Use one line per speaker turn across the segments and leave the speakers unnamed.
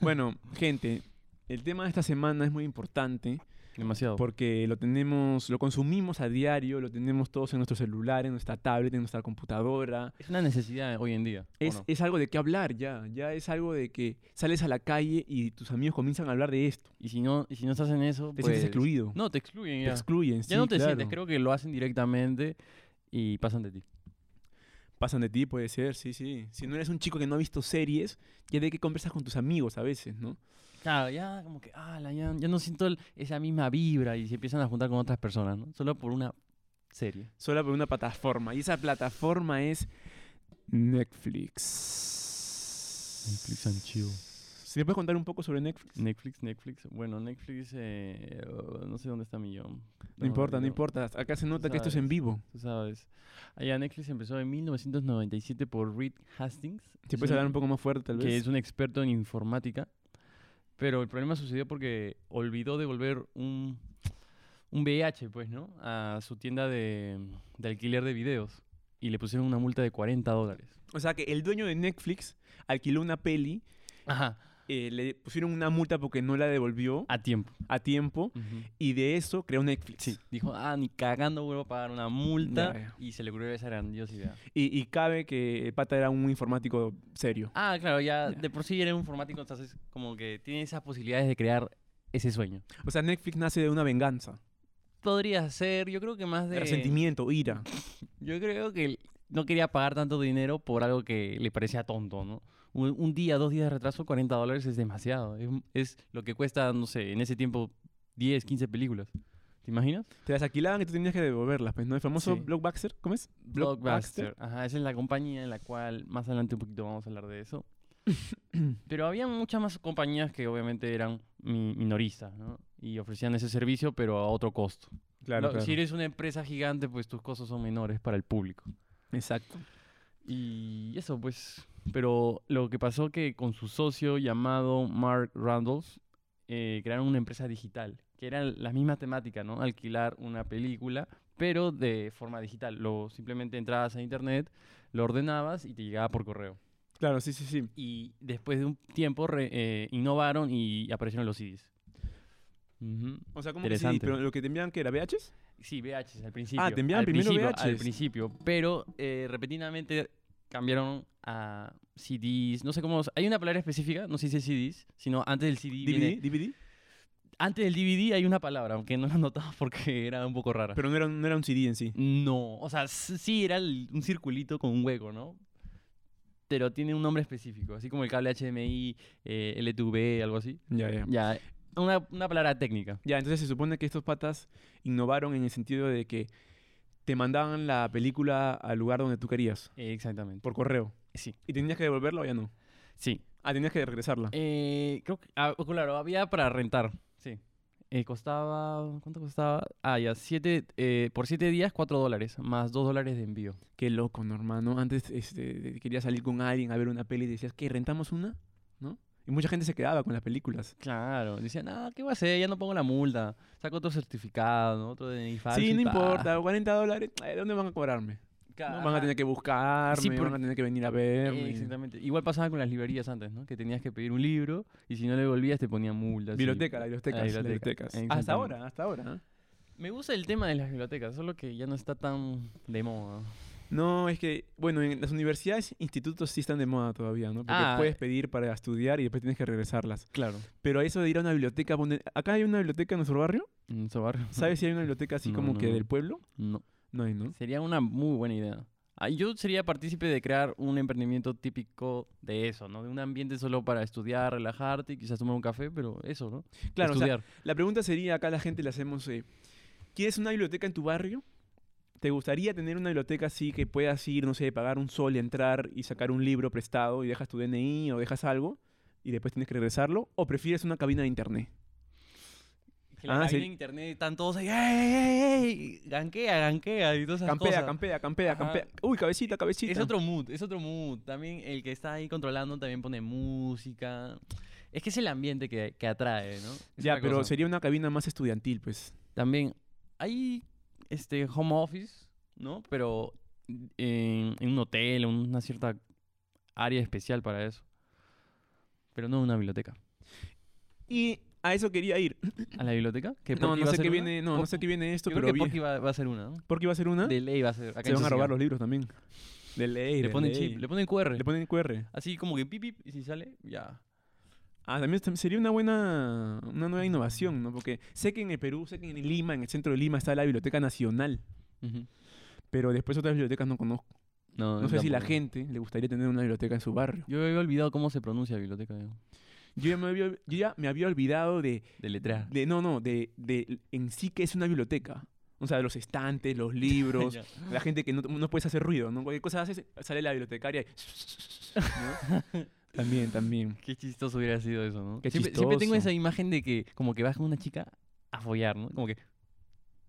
Bueno, gente, el tema de esta semana es muy importante
Demasiado.
porque lo tenemos, lo consumimos a diario, lo tenemos todos en nuestro celular, en nuestra tablet, en nuestra computadora.
Es una necesidad hoy en día. ¿o
Es,
no?
es algo de qué hablar ya, ya es algo de que sales a la calle y tus amigos comienzan a hablar de esto.
Y si no, y si no estás en eso,
Te
pues-
sientes excluido.
No, te excluyen
te
ya.
excluyen.
ya
sí,
no te
claro.
sientes, creo que lo hacen directamente y pasan de ti.
Pasan de ti, puede ser, sí, sí. Si no eres un chico que no ha visto series, ya de que conversas con tus amigos a veces, ¿no?
Claro, ya como que, ah, la- ya, ya no siento el- esa misma vibra y se empiezan a juntar con otras personas, ¿no? Solo por una serie.
Solo por una plataforma. Y esa plataforma es Netflix.
Netflix and chill.
¿Sí me puedes contar un poco sobre Netflix?
Netflix, Netflix. Bueno, Netflix, eh, oh, no sé dónde está mi guión.
No importa, no
ahorita-
importa. Acá se nota que esto es
sabes.
en vivo.
Tú sabes. Allá Netflix empezó en 1997 por Reed Hastings.
Si
Es
puedes
un-
hablar un poco más fuerte, tal
que
vez.
es un experto en informática. Pero el problema sucedió porque olvidó devolver un, un VH, pues, ¿no? A su tienda de, de alquiler de videos. Y le pusieron una multa de 40 dólares.
O sea, que el dueño de Netflix alquiló una peli,
Ajá.
eh, le pusieron una multa porque no la devolvió
A tiempo.
a tiempo y de eso creó Netflix.
Sí. Dijo, ah, ni cagando vuelvo a pagar una multa.
Ya, ya.
Y se le ocurrió esa grandiosa idea.
Y, y cabe que el Pata era un informático serio.
Ah, claro, ya
Ya.
de por sí era un informático, entonces como que tiene esas posibilidades de crear ese sueño.
O sea, Netflix nace de una venganza,
Podría ser, yo creo que más de...
de resentimiento, ira.
Yo creo que él no quería pagar tanto dinero por algo que le parecía tonto, ¿no? Un, un día, dos días de retraso, 40 dólares es demasiado. Es, es lo que cuesta, no sé, en ese tiempo 10, 15 películas. ¿Te imaginas?
Te las alquilaban y tú tenías que devolverlas, pues, ¿no? El famoso
Sí.
Blockbuster, ¿cómo es?
Blockbuster. Ajá, esa es la compañía en la cual más adelante un poquito vamos a hablar de eso. Pero había muchas más compañías que obviamente eran mi- minoristas, ¿no? Y ofrecían ese servicio, pero a otro costo.
Claro,
No,
claro.
Si eres una empresa gigante, pues tus costos son menores para el público.
Exacto.
Y eso, pues. Pero lo que pasó que con su socio llamado Mark Randolph eh, crearon una empresa digital, que era la misma temática, ¿no? Alquilar una película, pero de forma digital. Lo, simplemente entrabas a internet, lo ordenabas y te llegaba por correo.
Claro, sí, sí, sí.
Y después de un tiempo re- eh, innovaron y aparecieron los CDs. Ujú.
O sea, como que sí,
Interesante.
pero lo que te enviaban que era VHs.
Sí, VHs al principio.
Ah, te enviaban
al
primero
principio, Al
VHs.
principio, pero eh, repentinamente cambiaron a CDs, no sé cómo... Hay una palabra específica, no se dice CDs, sino antes del CD
DVD,
viene-
DVD.
Antes del DVD hay una palabra, aunque no la notaba porque era un poco rara.
Pero no era, un- no era un CD en sí.
No, o sea, s- sí era el- un circulito con un hueco, ¿no? Pero tiene un nombre específico, así como el cable HDMI, eh, LTV, algo así.
Ya, ya.
Ya, una, una palabra técnica.
Ya, entonces se supone que estos patas innovaron en el sentido de que te mandaban la película al lugar donde tú querías,
Eh, exactamente.
por correo.
Sí,
¿Y tenías que devolverla o ya no?
sí.
Ah, tenías que regresarla.
Eh, creo que, ah, claro, había para rentar, sí. Eh, costaba, ¿cuánto costaba? Ah, ya, siete, eh, por siete días, cuatro dólares, más dos dólares de envío.
Qué loco, ¿no, hermano? Antes este, querías salir con alguien a ver una peli y decías, ¿qué? ¿Rentamos una? ¿No? Y mucha gente se quedaba con las películas.
Claro, decían, no, ¿qué voy a hacer? Ya no pongo la multa, saco otro certificado, ¿no? otro de falso.
sí,
y
no
pa".
importa, 40 dólares, ay, ¿dónde van a cobrarme?
Ca-
¿No? Van a
ajá.
tener que buscarme,
Sí,
van
porque-
a tener que venir a verme.
Eh, Exactamente. Igual pasaba con las librerías antes, ¿no? Que tenías que pedir un libro y si no le volvías te ponían multas. y-
Biblioteca, las
Ah,
bibliotecas, las
biblioteca,
bibliotecas. Hasta
exactamente.
ahora, hasta ahora. ¿eh?
Me gusta el tema de las bibliotecas, solo que ya no está tan de moda.
No, es que, bueno, en las universidades, institutos sí están de moda todavía, ¿no? Porque
Ah.
puedes pedir para estudiar y después tienes que regresarlas.
Claro.
Pero eso de ir a una biblioteca, poner- acá hay una biblioteca en nuestro barrio.
En nuestro barrio.
¿Sabes si hay una biblioteca así
No,
como
no,
que
no.
del pueblo?
No.
No hay, ¿no?
Sería una muy buena idea. Ah, Yo sería partícipe de crear un emprendimiento típico de eso, ¿no? De un ambiente solo para estudiar, relajarte y quizás tomar un café, pero eso, ¿no?
Claro, o sea,
estudiar.
La pregunta sería, acá a la gente le hacemos, eh, ¿quieres una biblioteca en tu barrio? ¿Te gustaría tener una biblioteca así que puedas ir, no sé, pagar un sol y entrar y sacar un libro prestado y dejas tu DNI o dejas algo y después tienes que regresarlo? ¿O prefieres una cabina de internet?
Que la
Ah,
cabina
sí.
de internet están todos ahí, ¡ey, ey, ey! Ganquea, ganquea y todas esas
Campea,
cosas.
campea, campea,
Ajá.
campea. Uy, cabecita, cabecita.
Es otro mood, es otro mood. También el que está ahí controlando también pone música. Es que es el ambiente que, que atrae, ¿no? Es
ya,
una
pero
cosa.
sería una cabina más estudiantil, pues.
También hay este home office, ¿no? Pero en, en un hotel, en una cierta área especial para eso. Pero no en una biblioteca.
Y a eso quería ir.
¿A la biblioteca? ¿Que
No,
Porky
no
va
sé
a hacer
qué
una?
viene, no, no
Por-
sé qué viene esto,
yo creo
pero
que
vi-
Porky va, va a ser una, ¿no?
Porque va a ser una.
De ley va a ser. acá
Se
en
van a robar los
Sociedad.
libros también. De ley,
Le
de
ponen
ley.
chip, le ponen QR.
Le ponen QR.
Así como que pip, pip, y si sale, ya.
Ah, también tam- sería una buena, una nueva innovación, ¿no? Porque sé que en el Perú, sé que en Lima, en el centro de Lima está la Biblioteca Nacional,
Ujú.
pero después otras bibliotecas no conozco. No sé si la
tampoco.
gente le gustaría tener una biblioteca en su barrio.
Yo había olvidado cómo se pronuncia biblioteca. yo.
Yo ya me había, yo ya me había olvidado de,
De letra.
de, no, no, de, de en sí que es una biblioteca. O sea, los estantes, los libros,
Ya.
la gente que no, no puedes hacer ruido, ¿no? Cualquier cosa haces, sale la bibliotecaria y... ¿no? También, también.
Qué chistoso hubiera sido eso, ¿no?
Qué
siempre, siempre tengo
chistoso.
esa imagen de que como que vas con una chica a follar, ¿no? Como que...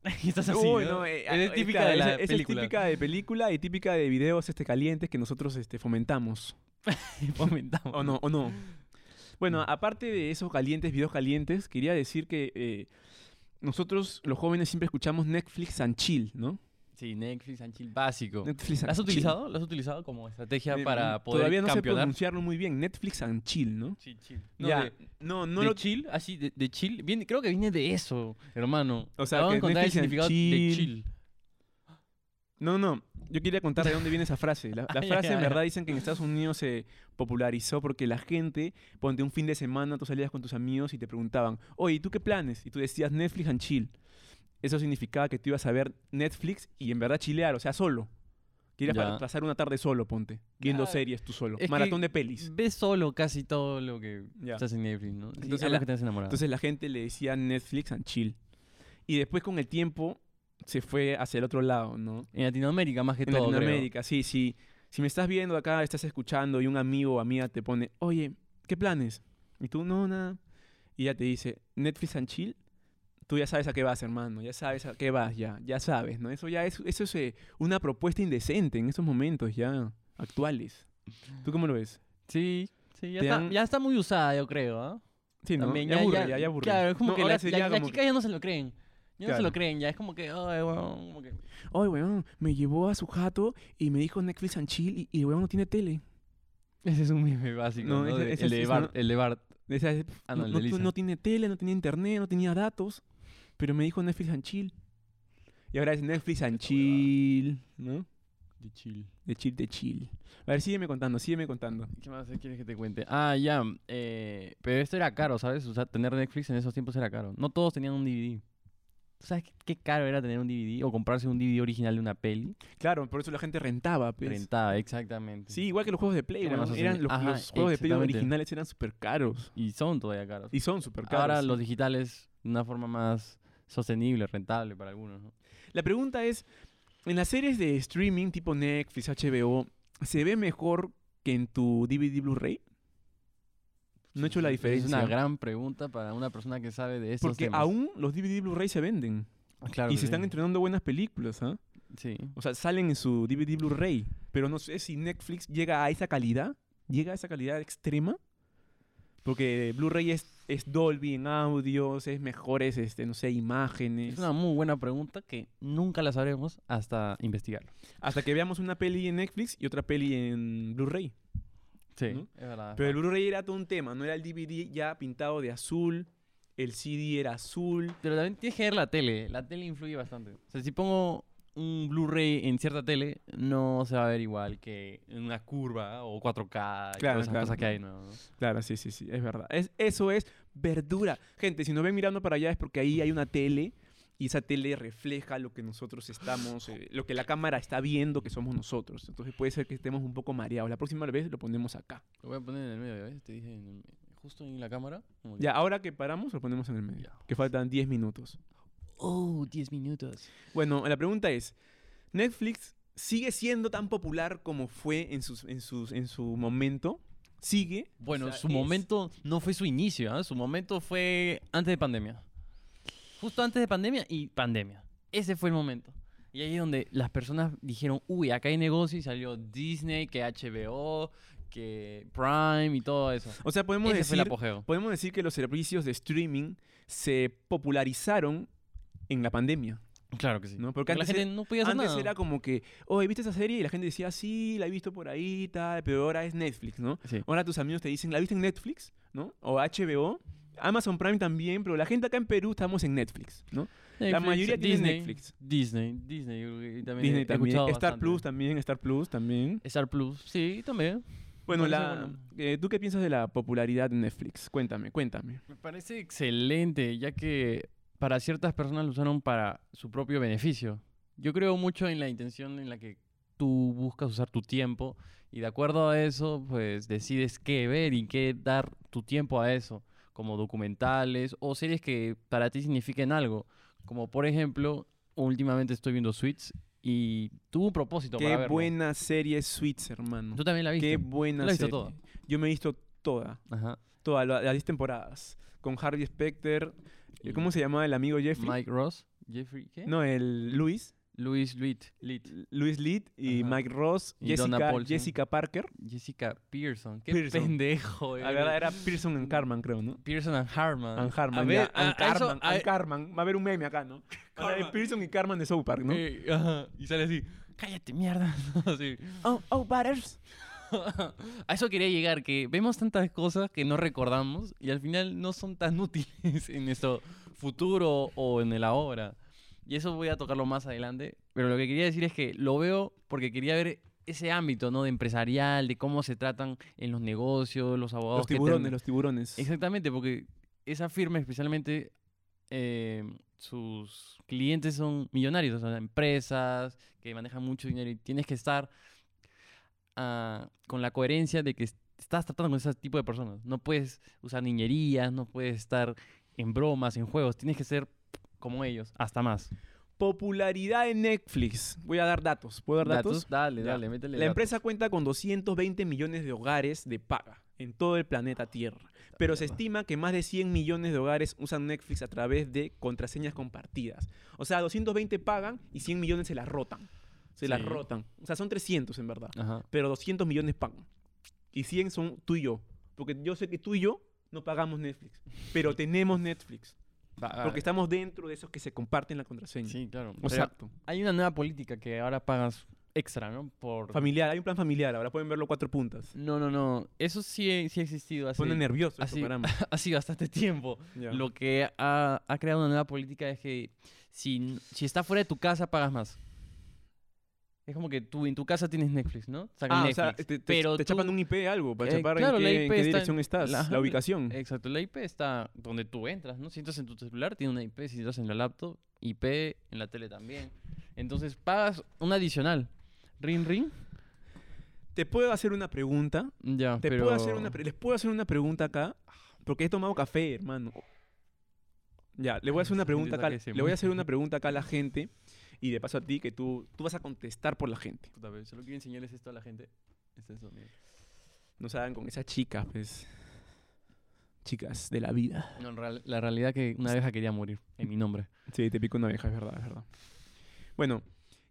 y estás así,
Uy,
¿no?
no, eh,
es
ah,
típica
claro,
de la
esa- esa
película.
Es típica de película y típica de videos este, calientes que nosotros este, fomentamos.
Fomentamos.
¿O no? ¿O no? Bueno,
Mm.
aparte de esos calientes, videos calientes, quería decir que eh, nosotros los jóvenes siempre escuchamos Netflix and chill, ¿no?
Sí, Netflix, and chill básico.
Netflix and
¿La has
chill.
utilizado? ¿La has utilizado como estrategia
Eh,
para poder
Todavía no sé
campeonar?
pronunciarlo muy bien. Netflix and chill, ¿no?
Sí, chill. No,
Ya,
de,
no, no
de
lo...
chill, así, de, de chill. Viene, creo que viene de eso, hermano.
O sea,
Acabo de
que
encontrar el
Netflix and
significado
chill.
de chill.
No, no, yo quería contar de dónde viene esa frase. La, la
Ah, ya,
frase en
ya, ya.
verdad dicen que en Estados Unidos se popularizó porque la gente, ponte un fin de semana, tú salías con tus amigos y te preguntaban, oye, ¿y tú qué planes? Y tú decías Netflix and chill. Eso significaba que tú ibas a ver Netflix y en verdad chilear, o sea, solo. Querías
Ya.
pa- pasar una tarde solo, ponte, viendo
Claro.
series tú solo.
Es que-
Maratón de pelis.
Ves solo casi todo lo que
Ya.
estás en Netflix, ¿no? Sí,
Entonces
algo
la-
que te has enamorado.
Entonces la gente le decía Netflix and chill. Y después con el tiempo se fue hacia el otro lado, ¿no?
en Latinoamérica más que
En
todo, creo.
Latinoamérica, sí, sí. Si me estás viendo acá, estás escuchando y un amigo o amiga te pone, oye, ¿qué planes? Y tú, no, nada. Y ya te dice, Netflix and chill. Tú ya sabes a qué vas, hermano. Ya sabes a qué vas, ya. Ya sabes, ¿no? Eso ya es, eso es eh, una propuesta indecente en estos momentos ya actuales. ¿Tú cómo lo ves?
Sí, sí, ya
Te
está,
han-
ya está muy usada, yo creo, ¿ah?
Sí, ¿no?
También,
ya, aburre, ya, ya aburre.
Claro, es como
No,
que
ahora
la,
sería
la- la
como
chica ya no se lo creen. Ya no se lo
Claro.
creen, ya es como que, ay, weón, como que...
Oye, weón, me llevó a su jato y me dijo Netflix and chill y, y el weón no tiene tele.
Ese es un meme básico,
No,
¿no?
ese-
De-
ese
el,
es-
de
ese
Bart,
no-
el de Bart.
O sea,
Ah, no,
no,
el de
no tu-
Lisa.
no tiene tele, no tenía internet, no tenía datos. Pero me dijo Netflix and chill. Y ahora es Netflix and
Esta huevada.
chill, ¿no?
De chill.
De chill, de chill. A ver, sígueme contando, sígueme contando.
¿Qué más quieres que te cuente? Ah, ya. eh, pero esto era caro, ¿sabes? O sea, tener Netflix en esos tiempos era caro. No todos tenían un DVD. ¿Tú sabes qué, qué caro era tener un DVD o comprarse un DVD original de una peli?
Claro, por eso la gente rentaba, pues.
Rentada, exactamente.
Sí, igual que los juegos de Play,
Era
weón.
más
Eran
sostenible.
los,
Ajá,
los juegos de Play
exactamente.
originales eran súper caros.
Y son todavía caros.
Y son súper caros.
Ahora
sí.
los digitales, de una forma más sostenible, rentable para algunos, ¿no?
La pregunta es, en las series de streaming tipo Netflix, HBO, ¿se ve mejor que en tu DVD Blu-ray? No he hecho la
Es-
diferencia.
Es una gran pregunta para una persona que sabe de estos
Porque
temas.
aún los DVD Blu-ray se venden.
Claro
y
que
se están
sí.
entrenando buenas películas, ¿ah?
Sí.
O sea, salen en su DVD Blu-ray. Pero no sé si Netflix llega a esa calidad. Llega a esa calidad extrema. Porque Blu-ray es, es Dolby en audios, es mejores, este, no sé, imágenes.
Es una muy buena pregunta que nunca la sabremos hasta investigarlo.
Hasta que veamos una peli en Netflix y otra peli en Blu-ray.
Sí,
¿No?
es verdad. es
Pero el
verdad.
Blu-ray era todo un tema, no era el DVD ya pintado de azul, el CD era azul.
Pero también tienes que ver la tele. La tele influye bastante. O sea, si pongo un Blu-ray en cierta tele, no se va a ver igual que en una curva o 4K y
Claro,
todas esas
claro.
cosas que hay. ¿no?
Claro, sí, sí, sí, es verdad. Es, eso es verdura. Gente, si nos ven mirando para allá es porque ahí hay una tele y esa tele refleja lo que nosotros estamos, eh, lo que la cámara está viendo que somos nosotros. Entonces puede ser que estemos un poco mareados. La próxima vez lo ponemos acá.
Lo voy a poner en el medio, ¿ves? Te dije en el medio. justo en la cámara. como que-
Ya, ahora que paramos lo ponemos en el medio.
Ya.
Que faltan 10 minutos.
Oh, 10 minutos.
Bueno, la pregunta es, ¿Netflix sigue siendo tan popular como fue en, sus, en, sus, en su momento? ¿Sigue?
Bueno,
O sea,
su
es-
momento no fue su inicio, ¿ah? su momento fue antes de pandemia. Justo antes de pandemia y pandemia. Ese fue el momento. Y ahí es donde las personas dijeron, uy, acá hay negocio y salió Disney, que HBO, que Prime y todo eso.
O sea, podemos
Ese fue el
decir,
apogeo.
podemos decir que los servicios de streaming se popularizaron en la pandemia,
Claro que sí.
¿no?
Porque
Porque antes,
la
e-
gente no podía hacer
antes
nada.
era como que, oye, ¿viste esa serie? Y la gente decía, sí, la he visto por ahí, tal, pero ahora es Netflix, ¿no?
Sí.
Ahora tus amigos te dicen, ¿la viste en Netflix? ¿No? O HBO. Amazon Prime también, pero la gente acá en Perú estamos en Netflix, ¿no?
Eh,
la mayoría tiene
Disney,
Netflix.
Disney, Disney, yo creo que también. he-
Disney
he
también.
escuchado
Star
bastante.
Plus también, Star Plus también.
Star Plus, sí, también.
Bueno,
parece
la,
bueno.
eh, ¿tú qué piensas de la popularidad de Netflix? Cuéntame, cuéntame.
Me parece excelente, ya que para ciertas personas lo usaron para su propio beneficio. Yo creo mucho en la intención en la que tú buscas usar tu tiempo y de acuerdo a eso, pues decides qué ver y qué dar tu tiempo a eso, como documentales o series que para ti signifiquen algo, como por ejemplo, últimamente estoy viendo Suits y tuvo un propósito para
Qué
verlo.
buena serie Suits, hermano.
Tú también la
Qué
viste.
buena
¿La has visto
serie.
toda?
Yo me he visto toda,
Ajá.
toda, la- las 10 temporadas. Con Harvey Specter, eh,
Y
¿cómo se llamaba el amigo Jeffrey?
Mike ¿eh? Ross, Jeffrey, ¿qué?
No, el Luis.
Luis Litt, Litt.
Luis Litt y
Ajá.
Mike Ross,
Y Donna
Jessica,
Paulson.
Jessica Parker.
Jessica Pearson. Qué
Pearson.
pendejo,
La
eres.
verdad era Pearson and Carman, creo, ¿no?
Pearson and Harman.
And
Ah. A
Carman,
ver,
ya, and
a- a eso-
Carman, and
a- e-
Carman. Va a haber un meme acá, ¿no? Va a haber
Carman.
Pearson y Carman de South Park, ¿no?
eh, ajá, y sale así, cállate, mierda. Así.
Oh, oh, Butters.
a eso quería llegar, que vemos tantas cosas que no recordamos y al final no son tan útiles en nuestro futuro o en el ahora. Y eso voy a tocarlo más adelante, pero lo que quería decir es que lo veo porque quería ver ese ámbito, ¿no? De empresarial, de cómo se tratan en los negocios, los abogados.
Los
que
tiburones,
term-
los tiburones.
Exactamente, porque esa firma especialmente, eh, sus clientes son millonarios, o sea, empresas que manejan mucho dinero y tienes que estar ah, con la coherencia de que est- estás tratando con ese tipo de personas. No puedes usar niñerías, no puedes estar en bromas, en juegos, tienes que ser como ellos, hasta más.
Popularidad en Netflix. Voy a dar datos. ¿Puedo dar datos?
Dale,
Ya.
dale, métele.
La
datos.
empresa cuenta con 220 millones de hogares de paga en todo el planeta Tierra. Pero se
mierda.
estima que más de 100 millones de hogares usan Netflix a través de contraseñas compartidas. O sea, 220 pagan y 100 millones se las rotan. Se las
Sí.
rotan. O sea, son 300 en verdad.
Ajá.
Pero 200 millones pagan. Y 100 son tú y yo. Porque yo sé que tú y yo no pagamos Netflix. Pero tenemos Netflix. Porque estamos dentro de esos que se comparten la contraseña.
Ah. Sí, claro. Pero
Exacto.
hay una nueva política que ahora pagas extra, ¿no? Por
Familiar. Hay un plan familiar. Ahora pueden verlo cuatro puntas.
No, no, no. Eso sí, he- sí Ah, ha existido hace,
Pone nervioso.
así-
Eso, caramba.
hace bastante tiempo.
Ya.
Lo que ha, ha creado una nueva política es que si, n- si está fuera de tu casa, pagas más. Es como que tú en tu casa tienes Netflix, ¿no? Sacan
Ah, o
Netflix.
sea, te, te-
pero
te
tú-
chapan un IP algo para
Eh,
chapar
claro,
en
la
qué, en
IP
qué
está
dirección
en-
estás,
la- eh,
la, ubicación.
Exacto, la IP está donde tú entras, ¿no? Si entras en tu celular, tiene una IP, si entras en la laptop, IP, en la tele también. Entonces pagas un adicional. Ring, ring.
Te puedo hacer una pregunta.
Ya,
¿Te
pero...
puedo hacer una pre- les puedo hacer una pregunta acá porque he tomado café, hermano. Ya, le voy a hacer una
Esa gente
pregunta
saca
acá.
ese
Le voy a hacer una pregunta acá a la gente y de paso a ti que tú tú vas a contestar por la gente.
Puta, pero solo quiero enseñarles esto a la gente. Este es sonido.
No saben con esas chicas, pues. Chicas de la vida.
No, en real- la realidad que una abeja quería morir en mi nombre.
Sí, te pico una abeja, es verdad, es verdad. Bueno,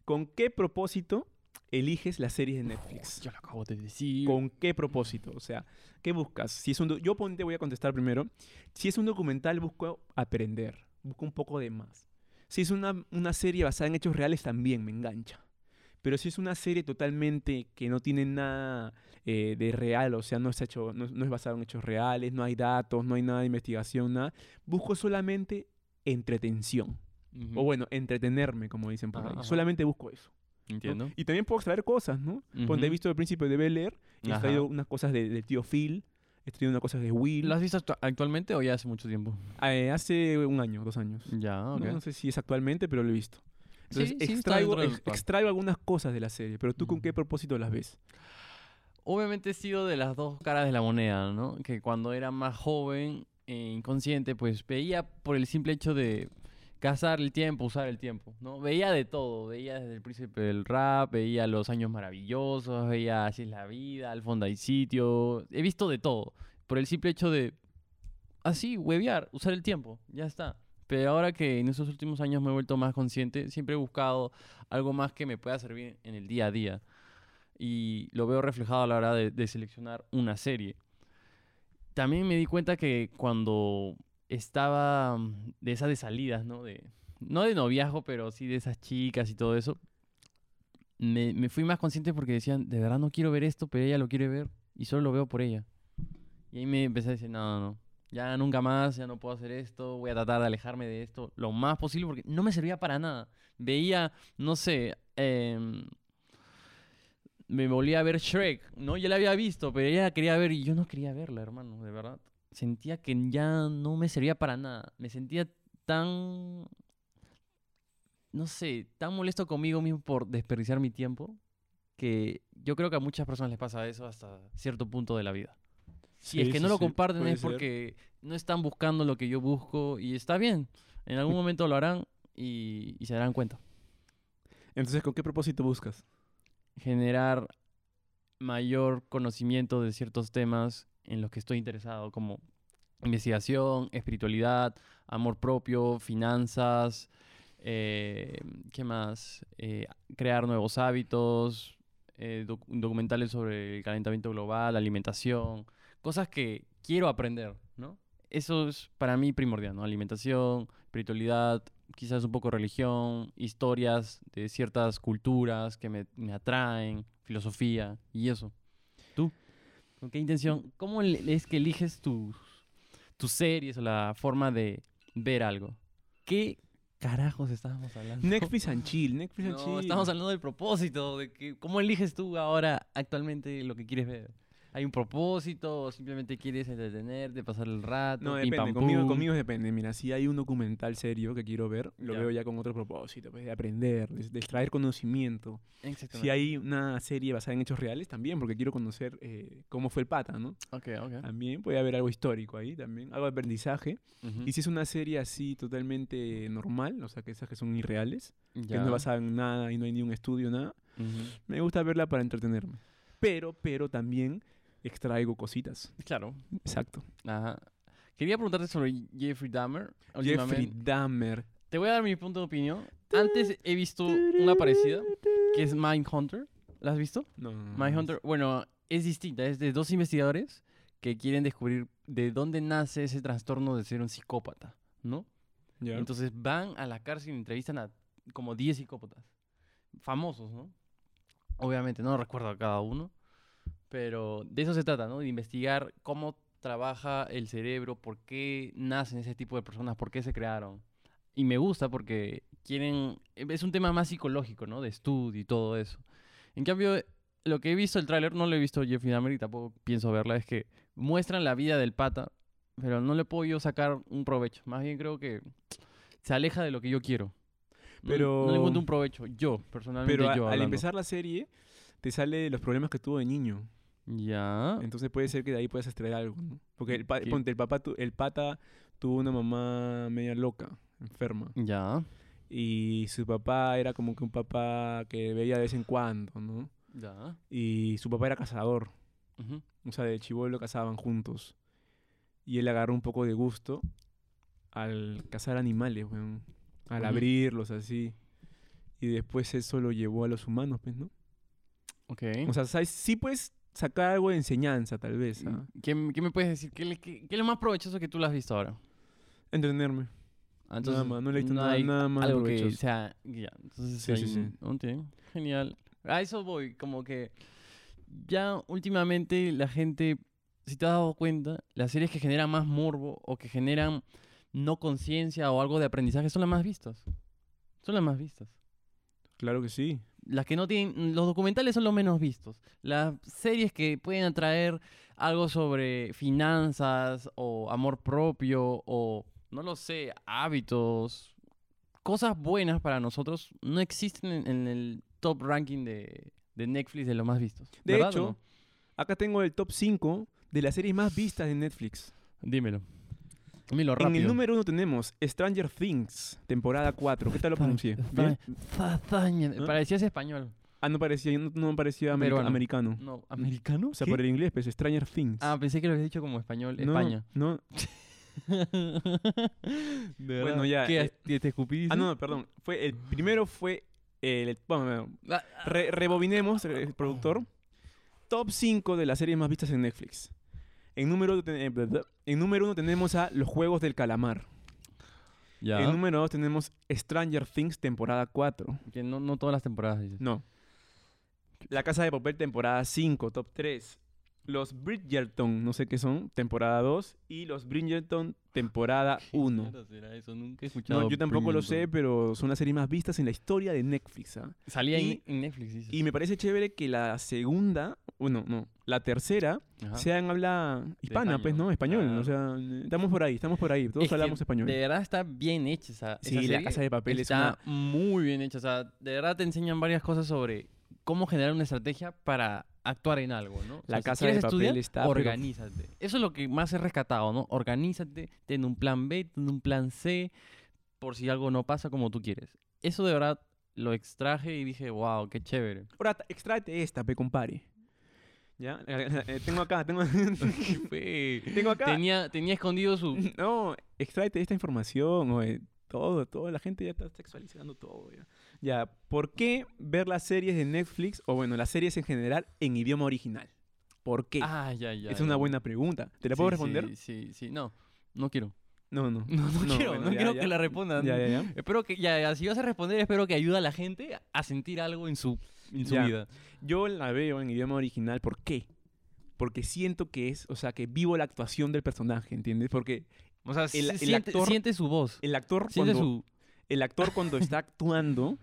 ¿con qué propósito eliges las series de Netflix?
Yo lo acabo de decir.
¿Con qué propósito? O sea, ¿qué buscas? Si es un do- yo ponte, voy a contestar primero. Si es un documental, busco aprender. Busco un poco de más. Si es una, una serie basada en hechos reales, también me engancha. Pero si es una serie totalmente que no tiene nada eh, de real, o sea, no, es hecho, no, es- no es basado en hechos reales, no hay datos, no hay nada de investigación, nada, busco solamente entretención.
Ujú.
O bueno, entretenerme, como dicen por
Ajá,
ahí.
ajá.
Solamente busco eso. ¿no?
Entiendo.
Y también puedo extraer cosas, ¿no? Ponte, he
Ujú.
visto El Príncipe de Bel Air y he
Ajá.
extraído unas cosas de- del tío Phil, he extraído unas cosas de Will.
¿Lo has visto actu- actualmente o ya hace mucho tiempo?
Eh, hace un año, dos años.
Ya,
No-
Mm, ah, ok.
No, sé si es actualmente, pero lo he visto. Entonces,
Sí, sí, está
extraigo,
dentro del
ex-
top.
extraigo algunas cosas de la serie, pero tú con
Ujú.
qué propósito las ves?
Obviamente he sido de las dos caras de la moneda, ¿no? Que cuando era más joven e inconsciente, pues veía por el simple hecho de cazar el tiempo, usar el tiempo, ¿no? Veía de todo, veía desde el príncipe del rap, veía los años maravillosos, veía así es la vida, al fondo hay sitio, he visto de todo, por el simple hecho de, así, huevear, usar el tiempo, ya está. Pero ahora que en esos últimos años me he vuelto más consciente, siempre he buscado algo más que me pueda servir en el día a día y lo veo reflejado a la hora de, de seleccionar una serie. También me di cuenta que cuando estaba mm, de esas de salidas, ¿no? De, no de noviazgo, pero sí de esas chicas y todo eso, me, me fui más consciente porque decían, de verdad no quiero ver esto, pero ella lo quiere ver y solo lo veo por ella. Y ahí me empecé a decir, no, no, no, ya nunca más, ya no puedo hacer esto, voy a tratar de alejarme de esto lo más posible porque no me servía para nada. Veía, no sé, em, me volvía a ver Shrek, ¿no? Ya la había visto, pero ella la quería ver y yo no quería verla, hermano, de verdad. Sentía que ya no me servía para nada. Me sentía tan, no sé, tan molesto conmigo mismo por desperdiciar mi tiempo que yo creo que a muchas personas les pasa eso hasta cierto punto de la vida. Si es que no lo comparten es porque no están buscando lo que yo busco y está bien. En algún momento lo harán y, y se darán cuenta.
Entonces, ¿con qué propósito buscas?
Generar mayor conocimiento de ciertos temas en los que estoy interesado, como investigación, espiritualidad, amor propio, finanzas, eh, ¿qué más? Eh, crear nuevos hábitos, eh, doc- documentales sobre el calentamiento global, alimentación, cosas que quiero aprender, ¿no? Eso es para mí primordial, ¿no? Alimentación, espiritualidad, quizás un poco religión, historias de ciertas culturas que me, me atraen, filosofía y eso. ¿Tú? ¿Con qué intención? ¿Cómo le- es que eliges tus, tus series o la forma de ver algo? ¿Qué carajos estábamos hablando?
Netflix and chill, Netflix and
No,
chill.
estamos hablando del propósito, de que cómo eliges tú ahora actualmente lo que quieres ver. ¿Hay un propósito o simplemente quieres entretenerte, pasar el rato?
No,
pim,
depende.
pam,
Conmigo,
pum?
conmigo depende. Mira, si hay un documental serio que quiero ver, lo
Ya.
veo ya con otro propósito, pues, de aprender, de, de extraer conocimiento. Si
Exactamente.
hay una serie basada en hechos reales, también, porque quiero conocer eh, cómo fue el pata, ¿no?
Ok, ok.
También puede haber algo histórico ahí, también, algo de aprendizaje.
Ujú.
Y si es una serie así totalmente normal, o sea, que esas que son irreales, que
Ya.
no es basada en nada y no hay ni un estudio, nada,
Ujú.
me gusta verla para entretenerme. Pero, pero también extraigo cositas.
Claro.
Exacto.
Ajá. Quería preguntarte sobre Jeffrey Dahmer.
Jeffrey
últimamente.
Dahmer.
Te voy a dar mi punto de opinión. Antes he visto una parecida, que es Mindhunter. ¿La has visto?
No, no, no, no, no.
Mindhunter, bueno, es distinta, es de dos investigadores que quieren descubrir de dónde nace ese trastorno de ser un psicópata, ¿no?
Ya.
Entonces van a la cárcel y entrevistan a como 10 psicópatas, famosos, ¿no? Obviamente, no recuerdo a cada uno, pero de eso se trata, ¿no? De investigar cómo trabaja el cerebro, por qué nacen ese tipo de personas, por qué se crearon. Y me gusta porque quieren, es un tema más psicológico, ¿no? De estudio y todo eso. En cambio, lo que he visto el tráiler, no lo he visto Jeffrey Dahmer y tampoco pienso verla, es que muestran la vida del pata, pero no le puedo yo sacar un provecho. Más bien creo que se aleja de lo que yo quiero. No le- No,
Pero-
le encuentro un provecho, yo, personalmente,
Pero a-
yo
al
hablando.
empezar la serie, te sale los problemas que tuvo de niño.
Ya,
Entonces puede ser que de ahí puedas extraer algo, ¿no? Porque el pa-
¿Qué?
ponte, el, papá tu- el pata tuvo una mamá media loca, enferma.
ya,
Y su papá era como que un papá que veía de vez en cuando, ¿no?
ya.
Y su papá era cazador.
ujú.
O sea, de chibolo cazaban juntos. Y él agarró un poco de gusto al cazar animales, weón. Al
Ujú.
abrirlos así. Y después eso lo llevó a los humanos, pues, ¿no?
Ok.
O sea, ¿sabes? sí puedes sacar algo de enseñanza, tal vez. ¿ah?
¿Qué, m- qué me puedes decir? ¿Qué, le- qué- qué es lo más provechoso que tú lo has visto ahora?
Entenderme.
Ah, Entonces,
más, no le he visto nada-
hay
nada más
algo que
provechoso.
sea... Ya, entonces
Sí, sí,
ahí-
sí.
ok, genial. A eso voy, como que ya últimamente la gente, si te has dado cuenta, las series que generan más morbo o que generan no conciencia o algo de aprendizaje son las más vistas. Son las más vistas.
Claro que sí.
Las que no tienen, mm, los documentales son los menos vistos. Las series que pueden atraer algo sobre finanzas o amor propio o, no lo sé, hábitos, cosas buenas para nosotros no existen en, en el top ranking de, de Netflix de los más vistos.
De
¿Verdad o
hecho, acá tengo el top 5 de las series más vistas de Netflix.
no? dímelo. Dímelo rápido.
En el número 1 tenemos Stranger Things, temporada 4. ¿Qué tal lo pronuncié?
Fa-
¿Bien?
fa- faña-
¿Ah?
Parecías español.
Ah, no parecía, no, no parecía america-
Peruano.
americano.
No, ¿americano?
O sea,
¿Qué?
por el inglés, pues Stranger Things.
Ah, pensé que lo habías dicho como español,
No,
España.
No.
bueno,
ya,
¿Qué?
eh,
¿Te, te escupí?
Ah,
dices?
no, perdón. Fue el primero fue el bueno, bueno,
Ah, ah,
re- rebobinemos, eh, productor. Top 5 de las series más vistas en Netflix. En número uno ten- eh, blah, blah. en número 1 tenemos a Los juegos del calamar.
ya.
En número 2 tenemos Stranger Things temporada 4.
Que no, no todas las temporadas dices.
No. La Casa de Papel temporada 5, top 3. Los Bridgerton, no sé qué son, temporada 2, y los Bridgerton, temporada 1.
mierda será eso? Nunca he escuchado.
No, yo tampoco lo sé,
Bridgerton.
pero son las series más vistas en la historia de Netflix. ¿ah?
Salía
Y-
en- en Netflix, dices.
Y me parece chévere que la segunda, bueno, no, la tercera
Ajá.
sea en habla hispana,
España.
pues, ¿no? Español.
Claro.
O sea, estamos por ahí, estamos por ahí. Todos
Es que
hablamos español.
De verdad está bien hecha esa, esa
Sí, la
serie.
Casa de Papel es
está muy bien hecha. O sea, de verdad te enseñan varias cosas sobre cómo generar una estrategia para actuar en algo, ¿no? O
La
sea, si
Casa de
quieres
Papel
estudiar,
está, pero-
Organízate. Eso es lo que más he rescatado, ¿no? Organízate, ten un plan B, ten un plan C, por si algo no pasa como tú quieres. Eso de verdad lo extraje y dije, wow, qué chévere.
Ahora, t- extráete esta, pe, compare. ¿Ya? Eh, tengo acá, tengo, tengo acá.
tenía, tenía escondido su...
No, extráete esta información, oe. Todo, todo. La gente ya está sexualizando todo, ya. Ya, ¿por qué ver las series de Netflix, o bueno, las series en general, en idioma original? ¿Por qué?
Ah, ya, ya.
es una
ya.
buena pregunta. ¿Te la
Sí,
puedo responder?
Sí, sí, sí. No, no quiero.
No, no.
No, no,
No,
quiero,
bueno,
no
ya,
quiero
ya.
que la respondan.
Ya, ya, ya.
Espero que, ya, ya, si vas a responder, espero que ayude a la gente a sentir algo en su, en su
Ya.
vida.
Yo la veo en idioma original, ¿por qué? Porque siento que es, o sea, que vivo la actuación del personaje, ¿entiendes? Porque
O sea, si-
el
siente,
actor-
siente su voz.
el actor
Siente
cuando-
su...
el actor cuando está actuando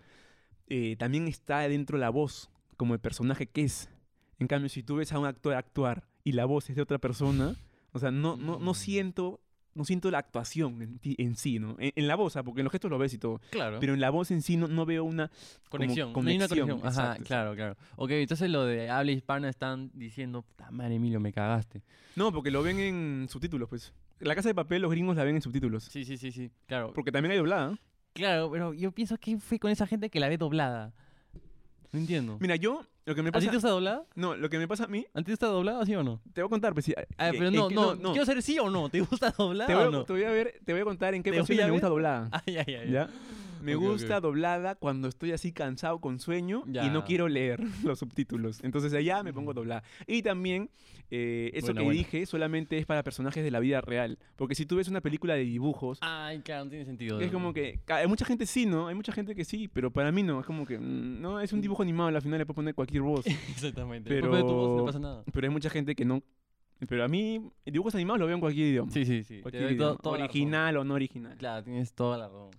eh, también está dentro la voz como el personaje que es. En cambio, si tú ves a un actor actuar y la voz es de otra persona, o sea, no, no, no
Mm.
siento no siento la actuación en, ti- en sí, ¿no? En, en la voz, ah, porque en los gestos lo ves y todo,
Claro.
pero en la voz en sí no, no veo una...
conexión.
como
No hay una
conexión,
conexión. Ajá,
exacto,
claro, claro. Ok, entonces lo de habla hispana están diciendo, puta madre, Emilio, me cagaste.
No, porque lo ven en subtítulos, pues. La Casa de Papel los gringos la ven en subtítulos.
Sí, sí, sí, sí. Claro.
Porque también hay doblada. ¿eh?
Claro, pero yo pienso que fue con esa gente que la ve doblada. No entiendo.
Mira, yo, lo que me
¿A ti
pasa...
te gusta doblada?
No, lo que me pasa a mí,
¿A ti te gusta doblada, sí o no?
te voy a contar, pues sí.
Ah,
eh,
pero
en
no,
qué-
no, Quiero saber sí o no. ¿Te gusta doblada
Te voy,
o no?
a, te voy a ver, te voy a contar en qué
¿Te voy a
canciones me
ver?
gusta doblada.
Ay, ay, ay.
¿Ya? Eh, Me
Ok, ok.
gusta doblada cuando estoy así cansado con sueño y
Ya.
no quiero leer los subtítulos. Entonces allá me pongo
Ujú.
doblada. Y también eh, eso
Buena,
que
buena.
dije solamente es para personajes de la vida real. Porque si tú ves una película de dibujos,
Ay, Ah, claro, no tiene sentido.
es como que... ca- Hay mucha gente sí, ¿no? Hay mucha gente que sí, pero para mí no. Es como que... mm, No, es un dibujo animado, al final le puedo poner cualquier voz.
Exactamente.
Pero-
Pero... de tu voz no pasa nada.
pero hay mucha gente que no... Pero a mí, dibujos animados lo veo en cualquier idioma.
Sí, sí, sí.
Cualquier idioma. original o no original.
Claro, tienes toda la razón.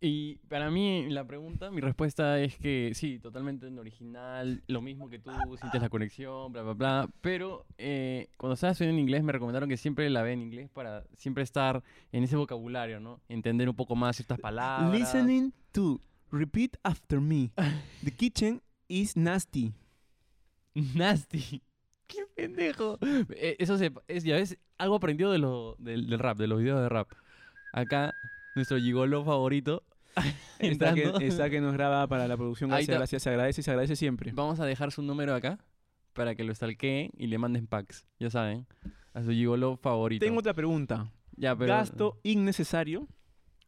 Y para mí, la pregunta, mi respuesta es que sí, totalmente en original, lo mismo que tú, sientes la conexión, bla, bla, bla. Pero eh, cuando estaba estudiando en inglés, me recomendaron que siempre la ve en inglés para siempre estar en ese vocabulario, ¿no? Entender un poco más ciertas palabras.
Listening to. Repeat after me. The kitchen is nasty.
Nasty. ¡Qué pendejo! Eh, eso se, es, ya ves, algo aprendido de lo, del, del rap, de los videos de rap. Acá, nuestro gigolo favorito.
Está que,
entrando.
está que nos graba para la producción.
Ahí
Gracias,
está.
gracias. Se agradece y se agradece siempre.
Vamos a dejar su número acá para que lo stalkeen y le manden packs. Ya saben, a su gigolo favorito.
Tengo otra pregunta.
ya, pero,
Gasto innecesario.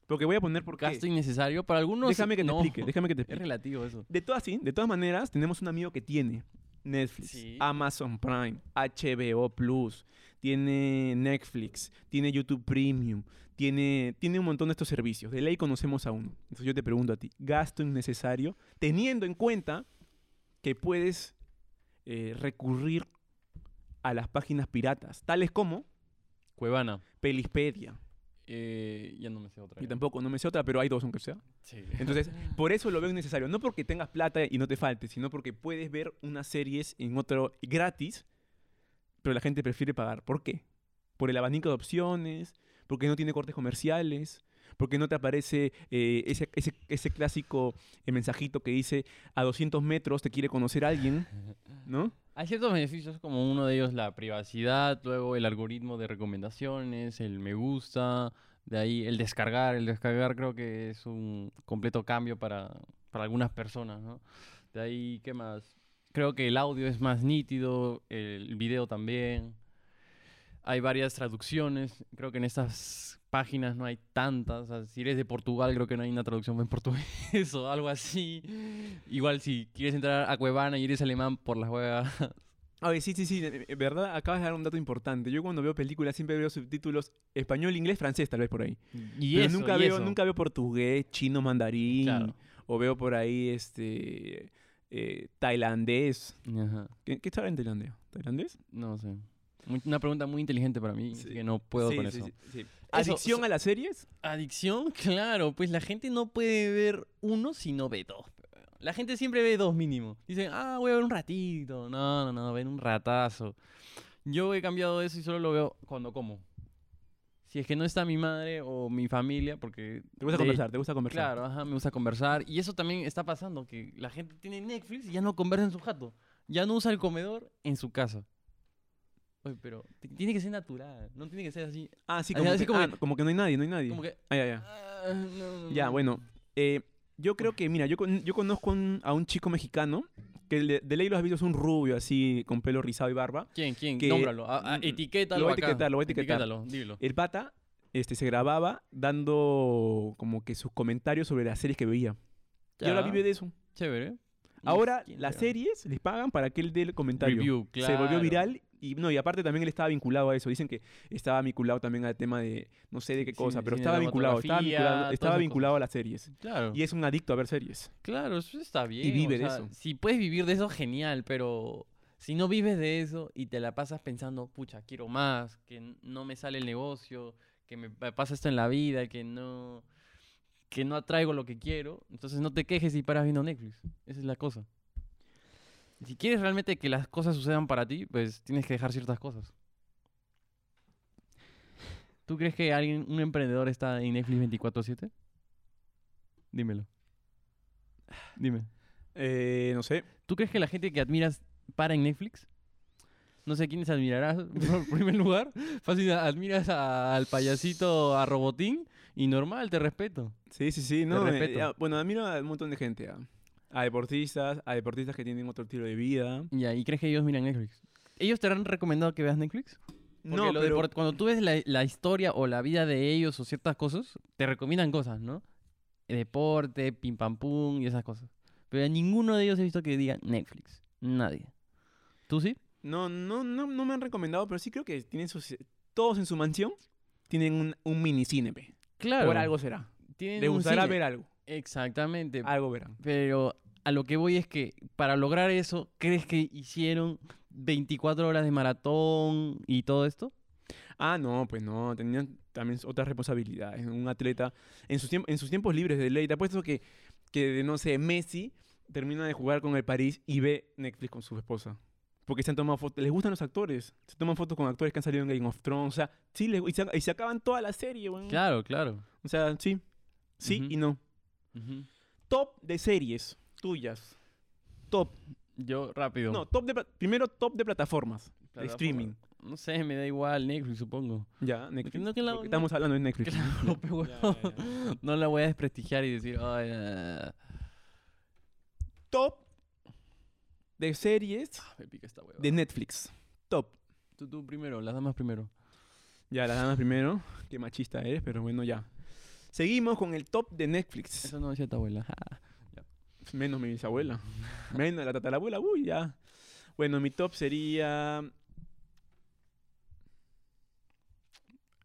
Porque voy a poner por qué.
Gasto innecesario. Para algunos.
Déjame que te
no.
explique. Déjame que te
Es
explique.
relativo eso.
De todas, sí, de todas maneras, tenemos un amigo que tiene Netflix,
Sí.
Amazon Prime, HBO Plus, tiene Netflix, tiene YouTube Premium, tiene, tiene un montón de estos servicios. De ley conocemos a uno. Entonces yo te pregunto a ti, gasto innecesario, teniendo en cuenta que puedes eh, recurrir a las páginas piratas, tales como
Cuevana.
Pelispedia.
Eh, ya no me sé otra.
Y
ya.
tampoco, no me sé otra, pero hay dos aunque sea.
Sí.
Entonces, por eso lo veo necesario. No porque tengas plata y no te falte, sino porque puedes ver unas series en otro gratis, pero la gente prefiere pagar. ¿Por qué? Por el abanico de opciones, porque no tiene cortes comerciales, porque no te aparece eh, ese, ese- ese clásico eh, mensajito que dice a 200 metros te quiere conocer alguien, ¿no?
Hay ciertos beneficios, como uno de ellos la privacidad, luego el algoritmo de recomendaciones, el me gusta, de ahí el descargar. El descargar creo que es un completo cambio para, para algunas personas, ¿no? De ahí, ¿qué más? Creo que el audio es más nítido, el video también. Hay varias traducciones, creo que en estas páginas no hay tantas. o sea, si eres de Portugal, creo que no hay una traducción en portugués o algo así. Igual si quieres entrar a Cuevana y eres alemán por las huevas.
A ver, sí, sí, sí, de- de- ¿verdad? Acabas de dar un dato importante. Yo cuando veo películas siempre veo subtítulos español, inglés, francés, tal vez por ahí.
Y
Pero
eso,
nunca
y
veo,
eso.
nunca veo portugués, chino, mandarín.
Claro.
O veo por ahí este eh, tailandés.
Ajá.
¿Qué, qué estaba en Tailandia? ¿Tailandés?
No sé. Muy- Una pregunta muy inteligente para mí, así
Sí.
que no puedo
Sí,
con
sí,
eso.
sí, sí.
Eso,
Ah, ¿Adicción
so-
a las series?
Adicción, claro, pues la gente no puede ver uno si no ve dos. pe, weón. La gente siempre ve dos mínimo. Dicen, ah, voy a ver un ratito. No, no, no, ven un ratazo. Yo he cambiado eso y solo lo veo cuando como. Si es que no está mi madre o mi familia, porque...
¿Te gusta
de-
conversar? ¿Te gusta conversar?
Claro, ajá, me gusta conversar. Y eso también está pasando, que la gente tiene Netflix y ya no conversa en su jato. Ya no usa el comedor en su casa. Oye, pero t- tiene que ser natural, no tiene que ser así.
Ah, sí,
Así-
como,
así
que,
como
ah,
que-
como que no hay nadie, no hay nadie.
Como que...
Ah, ya, ya.
"Ah, no, no,
Ya,
no".
bueno. eh, yo creo que, mira, yo, con- yo conozco un- a un chico mexicano que de, de ley lo has visto es un rubio así, con pelo rizado y barba.
¿Quién? ¿Quién?
que-
Nómbralo. a- a-
Mm, mm.
etiquétalo.
Lo voy a
acá.
etiquetar, lo voy a etiquetar.
Etiquétalo, dilo.
El pata este, se grababa dando como que sus comentarios sobre las series que veía. Y ahora
Ya,
vive de eso.
Chévere.
Ahora
¿Quién
las
será?
series les pagan para que él dé el comentario.
Review,
Se volvió
claro.
viral y no, y aparte también él estaba vinculado a eso. Dicen que estaba vinculado también al tema de no sé de qué
Cine-
cosa, pero
cine,
estaba vinculado, estaba
dramatografía,
vinculado,
todas
estaba
esas
vinculado a las series.
Claro.
Y es un adicto a ver series.
Claro, eso está bien.
vive de
o sea,
eso.
Si puedes vivir de eso, genial, pero si no vives de eso y te la pasas pensando, pucha, quiero más, que n- no me sale el negocio, que me pa- pasa esto en la vida, que no que no atraigo lo que quiero, entonces no te quejes si paras viendo Netflix. Esa es la cosa. Si quieres realmente que las cosas sucedan para ti, pues tienes que dejar ciertas cosas. ¿Tú crees que alguien, un emprendedor está en Netflix 24/7? Dímelo. Dime.
Eh, no sé.
¿Tú crees que la gente que admiras para en Netflix? No sé quiénes admirarás, en primer lugar. Fácil, admiras a- al payasito, a Robotín, y normal, te respeto.
Sí, sí, sí. No, eh,
respeto.
ya, bueno, admiro a un montón de gente. A, a deportistas, a deportistas que tienen otro estilo de vida.
Ya, ¿y crees que ellos miran Netflix? ¿Ellos te han recomendado que veas Netflix? Porque
no,
lo de
pero
por- cuando tú ves la, la historia o la vida de ellos o ciertas cosas, te recomiendan cosas, ¿no? Deporte, pim pam pum y esas cosas. Pero a ninguno de ellos he visto que diga Netflix. Nadie. ¿Tú sí?
no, no, no, no me han recomendado, pero sí creo que tienen sus, todos en su mansión tienen un, un mini cine. pe.
Claro.
Por algo será.
Tienen
Le
un
gustará
cine.
ver algo.
Exactamente.
Algo verán.
Pero a lo que voy es que para lograr eso, ¿crees que hicieron 24 horas de maratón y todo esto?
Ah, no, pues no, tenían también otras responsabilidades. Un atleta en sus, tiemp- en sus tiempos libres de ley, te apuesto que, que, no sé, Messi termina de jugar con el París y ve Netflix con su esposa. Porque se han tomado fotos, les gustan los actores, se toman fotos con actores que han salido en Game of Thrones, o sea, sí, les, y, se, y se acaban toda la serie, weón.
Claro, claro.
O sea, sí, sí
Ujú.
y no. Top de series tuyas. Top.
Yo rápido.
No, top de, pla- primero top de plataformas, de
Plataforma.
streaming.
No sé, me da igual Netflix, supongo.
Ya, Netflix.
no, que la-
porque estamos hablando de Netflix.
Claro, pe
Ya,
huevón.
ya, ya.
No la voy a desprestigiar y decir, ay, ah,
top de series
ah, me pica esta hueva.
de Netflix. Top.
Tú, tú primero, las damas primero.
Ya, las damas primero. Qué machista eres, pero bueno, ya. Seguimos con el top de Netflix.
Eso no decía tu abuela.
Menos mi bisabuela. Menos la tatarabuela. Uy, ya. Bueno, mi top sería...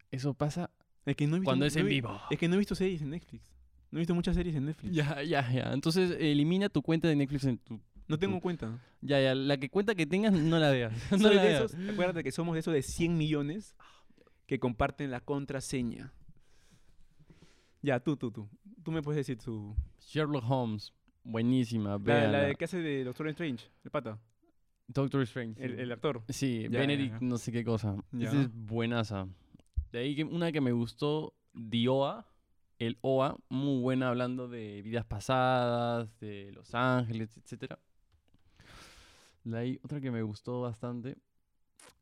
Eso pasa
Es que no he visto
cuando
mu-
es
no
en
he-
vivo.
Es que no he visto series en Netflix. No he visto muchas series en Netflix.
Ya, ya, ya. Entonces, elimina tu cuenta de Netflix en tu
No tengo cuenta.
Ya, ya, la que cuenta que tengas, no la veas. No
Soy
la
de
veas.
esos, acuérdate que somos de esos de 100 millones que comparten la contraseña. Ya, tú, tú, tú. Tú me puedes decir tu...
Sherlock Holmes, buenísima.
La, la
véanla.
de que hace de Doctor Strange, el pata,
Doctor Strange.
el,
sí.
el actor.
Sí,
Ya, ya,
Benedict,
ya.
no sé qué cosa. Esa
Ya.
es buenaza. De ahí que una que me gustó, Dioa. El OA, muy buena hablando de vidas pasadas, de Los Ángeles, etcétera. De ahí otra que me gustó bastante,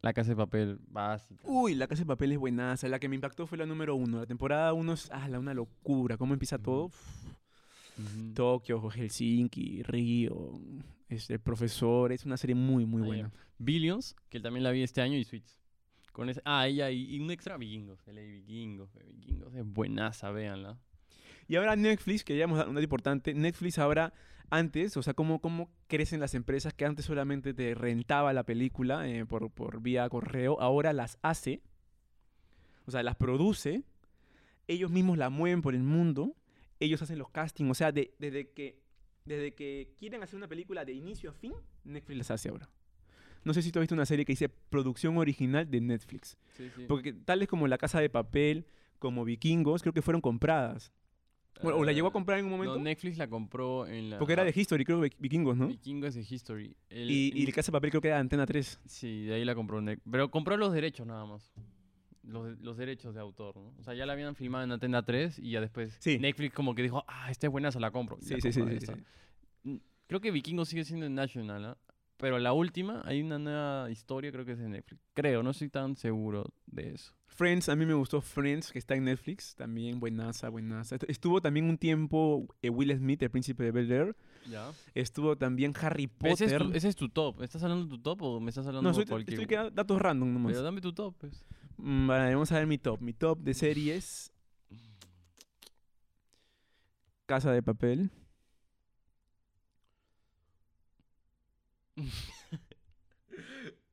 La Casa de Papel, básica.
Uy, la casa de papel es buenaza. La que me impactó fue la número uno. La temporada uno es ah, la una locura. ¿Cómo empieza todo? Uf,
Ujú.
Tokio, Helsinki, Río, este, el profesor. Es una serie muy, muy
Ah, ya.
buena.
Billions, que también la vi este año, y Suits. Con esa, ah, ella y, y un extra Vikingos. LA Vikingos. eh, Vikingos es buenaza, véanla.
Y ahora Netflix, que ya hemos dado un dato importante. Netflix ahora, antes, o sea, cómo, cómo crecen las empresas que antes solamente te rentaba la película eh, por, por vía correo, ahora las hace, o sea, las produce, ellos mismos la mueven por el mundo, ellos hacen los castings, o sea, de- desde que desde que quieren hacer una película de inicio a fin, Netflix las hace ahora. No sé si tú has visto una serie que dice producción original de Netflix.
Sí, sí.
Porque tales como La Casa de Papel, como Vikingos, creo que fueron compradas. Bueno, o la llegó a
Ah,
comprar en un
no,
momento.
Netflix la compró en la.
porque era de History, creo que Vikingos, ¿no?
Vikingos de History. El-
Y, y
en-
La Casa de Papel creo que era de Antena 3.
Sí, de ahí la compró Netflix. Pero compró los derechos nada más. Los, de- los derechos de autor, ¿no? O sea, ya la habían filmado en Antena 3 y ya después
Sí.
Netflix como que dijo, ah, esta es buena, se la compro. Y la
Sí, sí, sí,
compró,
sí,
ahí
sí.
está. Creo que Vikingo sigue siendo en National, ¿ah? Pero la última, hay una nueva historia, creo que es de Netflix. Creo, no estoy tan seguro de eso.
Friends, a mí me gustó Friends, que está en Netflix. También buenaza, buenaza. Est- Estuvo también un tiempo eh, Will Smith, el príncipe de Bel Air.
¿Ya?
Estuvo también Harry Potter.
Ese, es tu, ese es tu top. ¿Estás hablando de tu top o me estás hablando
no,
de
estoy,
cualquier...
estoy quedando datos random nomás.
Pero dame tu top, pues.
Mm, vale, vamos a ver mi top. Mi top de series. Casa de papel.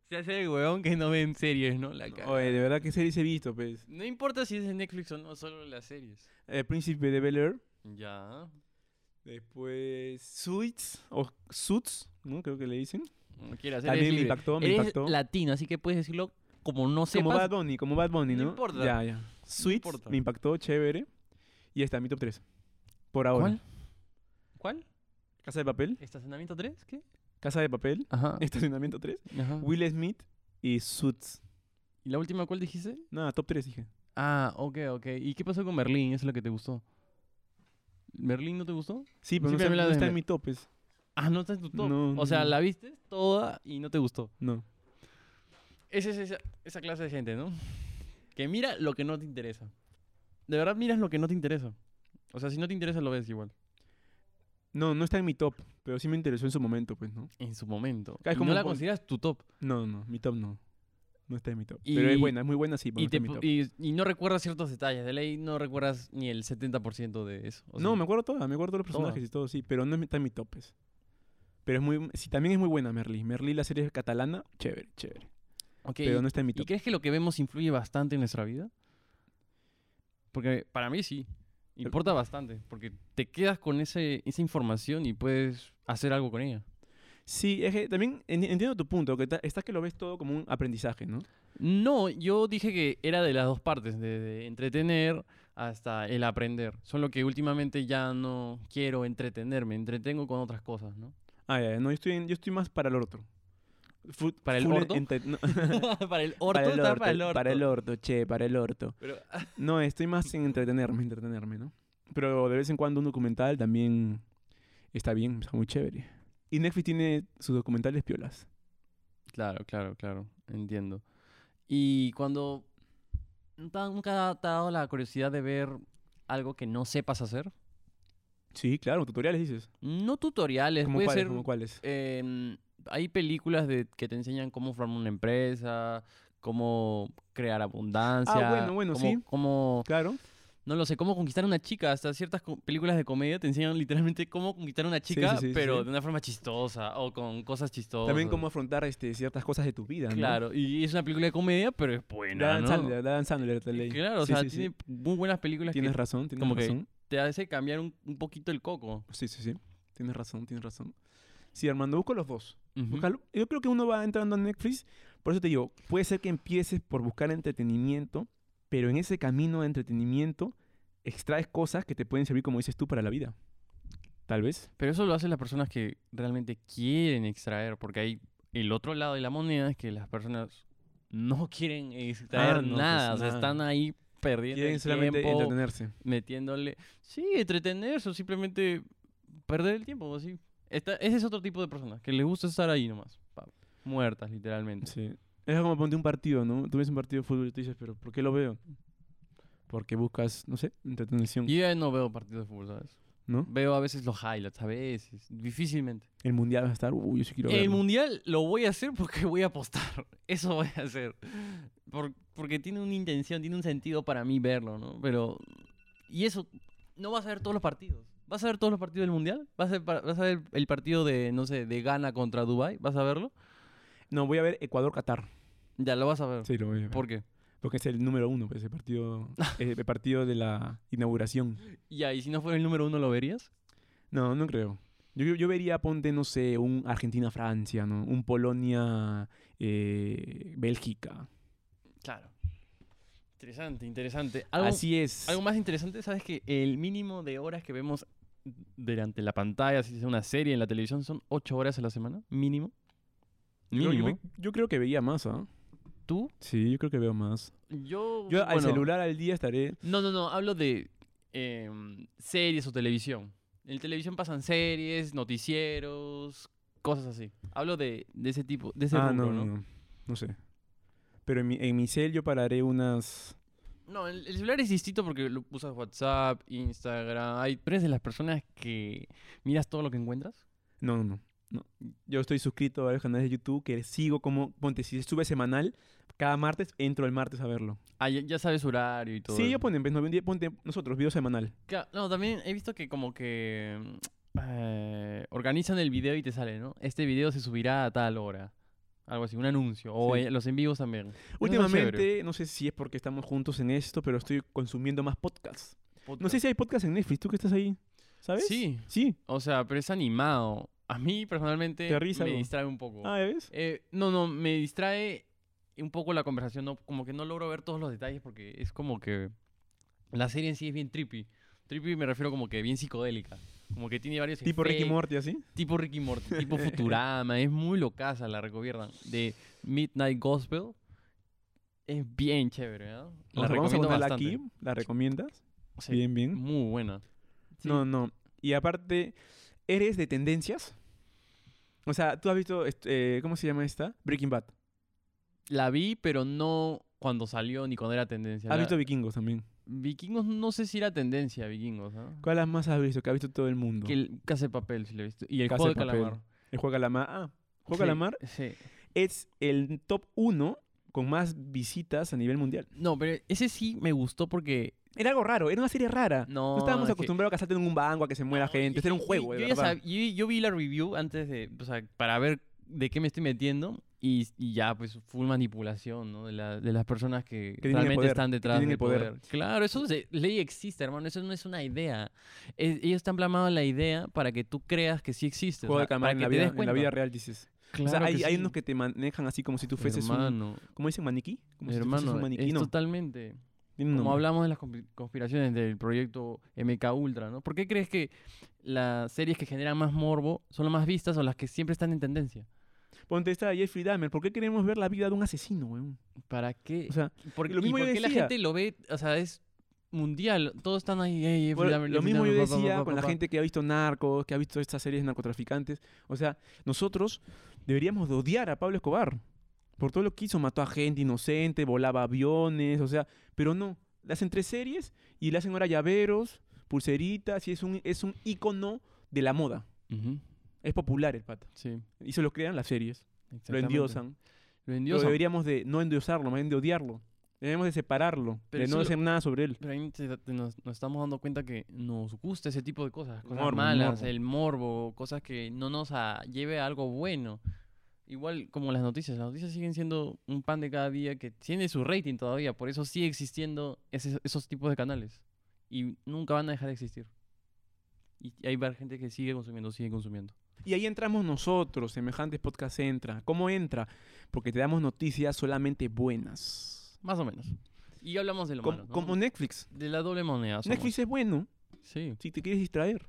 Se hace el huevón que no ven series, ¿no? La cara.
Oye, de verdad, ¿qué series he visto, pues?
No importa si es de Netflix o no, solo las series.
El príncipe de Bel Air.
Ya.
Después Suits o Suits, ¿no? Creo que le dicen.
Como quieras, eres
También me
libre.
impactó, me
Eres
impactó.
latino, así que puedes decirlo como no sepas.
Como Bad Bunny, como Bad Bunny,
No
¿no?
importa.
Ya, ya. Suits
importa.
me impactó, chévere. Y está mi top 3. Por ahora.
¿Cuál? ¿Cuál?
Casa de papel.
¿Estacionamiento 3? ¿Qué?
Casa de papel.
Ajá.
Estacionamiento 3.
Ajá.
Will Smith y Suits.
¿Y la última cuál dijiste?
Nada, top 3 dije.
Ah, ok, ok. ¿Y qué pasó con Merlín? Esa es la que te gustó. ¿Merlín no te gustó?
Sí, pero
Sí,
no,
pero
está,
me la
no está
desme-
en mi top, pues.
Ah, no está en tu top.
No, no,
o sea,
no.
la viste toda y no te gustó.
No.
Esa es esa, esa clase de gente, ¿no? Que mira lo que no te interesa. De verdad miras lo que no te interesa. O sea, si no te interesa lo ves igual.
No, no está en mi top, pero sí me interesó en su momento, pues, ¿no?
En su momento.
Ah, es
Y
como
no la
cuando-
consideras tu top.
No, no, mi top no. No está en mi top. Pero es
Y-
buena, es muy buena, sí, pero
Y,
no está en
te
mi
pu-
top.
y- y no recuerdas ciertos detalles. De ley no recuerdas ni el 70% de eso. O
no,
sí.
me acuerdo todas, me acuerdo todos los
Todas.
personajes y todo, sí, pero no es mi- está en mi top, pues. Pero es muy, sí, también es muy buena Merly. Merly, la serie catalana, chévere, chévere.
Ok,
Pero no está en mi
¿Y
top.
crees que lo que vemos influye bastante en nuestra vida? Porque para mí sí. Importa bastante. Porque te quedas con ese, esa información y puedes hacer algo con ella.
Sí, es que también en- entiendo tu punto, que ta- estás que lo ves todo como un aprendizaje, ¿no?
No, yo dije que era de las dos partes, de, de entretener hasta el aprender. Solo que últimamente ya no quiero entretenerme, entretengo con otras cosas, ¿no?
Ah, ya, ya, no, yo estoy, en- yo estoy más para el orto. Fu-
¿Para el
full en-
orto?
ente- no,
para el orto,
para el
está
orto, ah. para el orto, che, para el orto.
Pero,
No, estoy más en entretenerme, entretenerme, ¿no? Pero de vez en cuando un documental también está bien, está muy chévere. Y Netflix tiene sus documentales piolas.
Claro, claro, claro, entiendo. Y cuando nunca nunca te ha dado la curiosidad de ver algo que no sepas hacer,
Sí, claro, tutoriales dices.
no tutoriales,
¿Cómo
puede
cuáles?
ser
¿Cómo cuáles?
em, hay películas de que te enseñan cómo formar una empresa, cómo crear abundancia,
Ah, bueno, bueno,
cómo,
sí.
cómo-
Claro.
no lo sé, cómo conquistar a una chica, hasta ciertas co- películas de comedia te enseñan literalmente cómo conquistar a una
Sí, sí,
chica,
sí, sí,
pero
sí.
de una forma chistosa o con cosas chistosas.
También cómo afrontar este, ciertas cosas de tu vida, ¿no?
Claro, y es una película de comedia, pero es buena,
Dan
¿no?
Sandler, Dan Sandler, te leí.
Claro, o
Sí,
sea,
sí, sí.
tiene muy buenas películas que
Tienes razón, tienes
como que-
razón.
te hace cambiar un, un poquito el coco.
Sí, sí, sí. Tienes razón, tienes razón. Sí, Armando, busco los dos.
Ujú.
Búscalo. Yo creo que uno va entrando a Netflix. Por eso te digo, puede ser que empieces por buscar entretenimiento, pero en ese camino de entretenimiento extraes cosas que te pueden servir, como dices tú, para la vida. Tal vez.
Pero eso lo hacen las personas que realmente quieren extraer, porque hay el otro lado de la moneda es que las personas no quieren extraer
Ah, no, pues,
nada, o sea,
nada.
están ahí perdiendo
Quieren
el
solamente
tiempo,
entretenerse.
metiéndole, sí, entretenerse o simplemente perder el tiempo, así. Esta- ese es otro tipo de personas que les gusta estar ahí nomás, pa, muertas literalmente.
Sí. Es como ponte un partido, ¿no? Tú ves un partido de fútbol y tú dices, pero ¿por qué lo veo? Porque buscas, no sé, entretención.
Yo ya no veo partidos de fútbol, ¿sabes?
¿No?
Veo a veces los highlights, a veces, difícilmente.
El mundial va a estar, uy, yo sí quiero
El
verlo.
mundial lo voy a hacer porque voy a apostar. Eso voy a hacer. Por- porque tiene una intención, tiene un sentido para mí verlo, ¿no? Pero. Y eso, no vas a ver todos los partidos. ¿Vas a ver todos los partidos del mundial? ¿Vas a ver, pa- vas a ver el partido de, no sé, de Ghana contra Dubai? ¿Vas a verlo?
No, voy a ver Ecuador-Qatar.
Ya lo vas a ver.
Sí, lo voy a ver.
¿Por qué?
Porque es el número uno, pues, el partido, el partido de la inauguración.
Ya, y si no fuera el número uno, ¿lo verías?
No, no creo. Yo, yo- yo vería, ponte, no sé, un Argentina-Francia, ¿no? Un eh, Polonia-Bélgica.
Claro. Interesante, interesante. Algo,
Así es.
algo más interesante, sabes que el mínimo de horas que vemos delante la pantalla, si es una serie en la televisión, son ocho horas a la semana, mínimo.
Yo- yo,
Mínimo.
ve- yo creo que veía más, ¿ah?
¿Tú?
Sí, yo creo que veo más.
Yo.
Yo al
bueno,
celular al día estaré.
No, no, no. Hablo de em, series o televisión. En televisión pasan series, noticieros, cosas así. Hablo de, de ese tipo, de ese
ah, no,
rubro,
no, no. No sé. Pero en mi, en mi cel yo pararé unas.
No, el, el celular es distinto porque lo usas WhatsApp, Instagram. Hay, tú eres de las personas que miras todo lo que encuentras.
No, no, no, no. Yo estoy suscrito a varios canales de YouTube que sigo como. Ponte, si sube semanal, cada martes, entro el martes a verlo.
Ah, ya, ya sabes horario y todo.
Sí,
eso.
yo ponen, pues, no, un día ponte nosotros, video semanal.
Ca- No, también he visto que como que mm, eh, organizan el video y te sale, ¿no? Este video se subirá a tal hora. Algo así, un anuncio. O
Sí.
eh, los en vivos también.
Últimamente, no sé si es porque estamos juntos en esto, pero estoy consumiendo más podcasts. No sé si hay podcasts en Netflix, tú que estás ahí. ¿Sabes?
Sí,
Sí.
o sea, pero es animado. A mí personalmente
¿Te risa
me
algo?
distrae un poco.
Ah, ¿ya ¿ves?
Eh, no, no, me distrae un poco la conversación, no, como que no logro ver todos los detalles porque es como que la serie en sí es bien trippy. Trippy me refiero como que bien psicodélica. Como que tiene varios
Tipo Ricky
efectos,
Morty, así.
Tipo Ricky Morty, tipo Futurama, es muy locaza la recogieron. De Midnight Gospel. Es bien chévere, ¿no? La
Vamos a- vamos a
recomiendo
ponerla
bastante.
aquí. ¿La recomiendas?
Sí,
Bien, bien.
Muy buena. Sí.
No, no. Y aparte, ¿eres de tendencias? O sea, tú has visto, est- eh, ¿cómo se llama esta? Breaking Bad.
La vi, pero no cuando salió ni cuando era tendencia.
Has
La-
visto Vikingos también.
Vikingos no sé si era tendencia, Vikingos, ¿ah?
¿Cuál las más has visto? Que ha visto todo el mundo.
Que el Casa de Papel, si lo he visto. Y el
Casa
Juego de
de Papel.
Calamar.
El Juego de Calamar. Ah, Juego de
Sí,
Calamar
Sí.
es el top 1 con más visitas a nivel mundial.
No, pero ese sí me gustó porque...
Era algo raro, era una serie rara. No,
No,
estábamos
es que-
acostumbrados a casarte en un banco, a que se muera
no,
gente.
es
Este era
que
un juego,
yo,
de
yo ya
verdad.
sab- yo, yo vi la review antes de... O sea, para ver de qué me estoy metiendo. Y, y ya, pues, full manipulación, ¿no? De, la- de las personas
tienen
que,
el
realmente
poder,
están
que
detrás
tienen
del
el poder.
Claro, eso de ley existe, hermano. Eso no es una idea. Es- ellos te han plamado la idea para que tú creas que sí existe. o
Juego de
sea,
Calamar
para
en
que
la,
te
vida,
des
en la
cuenta.
vida real, dices.
Claro
o sea, hay,
que
hay
sí.
unos que te manejan así como si tú fueses un...
hermano,
¿Cómo dicen? ¿Maniquí? Como si tú fueses
hermano,
un maniquí.
es
no,
totalmente.
tiene un
Como
nombre.
hablamos de las conspi- conspiraciones del proyecto MK Ultra, ¿no? ¿Por qué crees que las series que generan más morbo son las más vistas o las que siempre están en tendencia?
Ponte esta de Jeffrey Dahmer. ¿Por qué queremos ver la vida de un asesino, weón?
¿Para qué?
O sea,
¿Por,
lo
y
mismo
por
yo
qué la
decía.
gente lo ve? O sea, es mundial. Todos están ahí. "Ey,
bueno,
Fulano,
lo mismo yo
Fulano, pa, pa,
decía
pa,
con
pa,
la
pa".
gente que ha visto narcos, que ha visto estas series de narcotraficantes. O sea, nosotros deberíamos de odiar a Pablo Escobar por todo lo que hizo. Mató a gente inocente, volaba aviones, o sea, pero no. Le hacen tres series y le hacen ahora llaveros, pulseritas y es un, es un ícono de la moda.
Ujú,
Es popular el pata.
Sí.
Y se lo crean las series. Lo
exactamente.
endiosan.
Lo
Pero
endiosan.
deberíamos de no endiosarlo, más bien de odiarlo. Debemos de separarno,
Pero
de
sí
no
lo-
hacer nada sobre él.
Pero ahí te- te nos, nos estamos dando cuenta que nos gusta ese tipo de cosas, cosas
Morbo,
malas,
morbo.
el morbo, cosas que no nos ah, lleve a algo bueno. Igual como las noticias, las noticias siguen siendo un pan de cada día que tiene su rating todavía, por eso sigue existiendo ese- esos tipos de canales y nunca van a dejar de existir. Y hay va- gente que sigue consumiendo, sigue consumiendo.
Y ahí entramos nosotros, semejantes podcast entra. ¿Cómo entra? Porque te damos noticias solamente buenas.
Más o menos. Y hablamos de lo
Com-
malo, ¿no?
Como Netflix.
de la doble moneda. somos.
Netflix es bueno
Sí,
si te quieres distraer,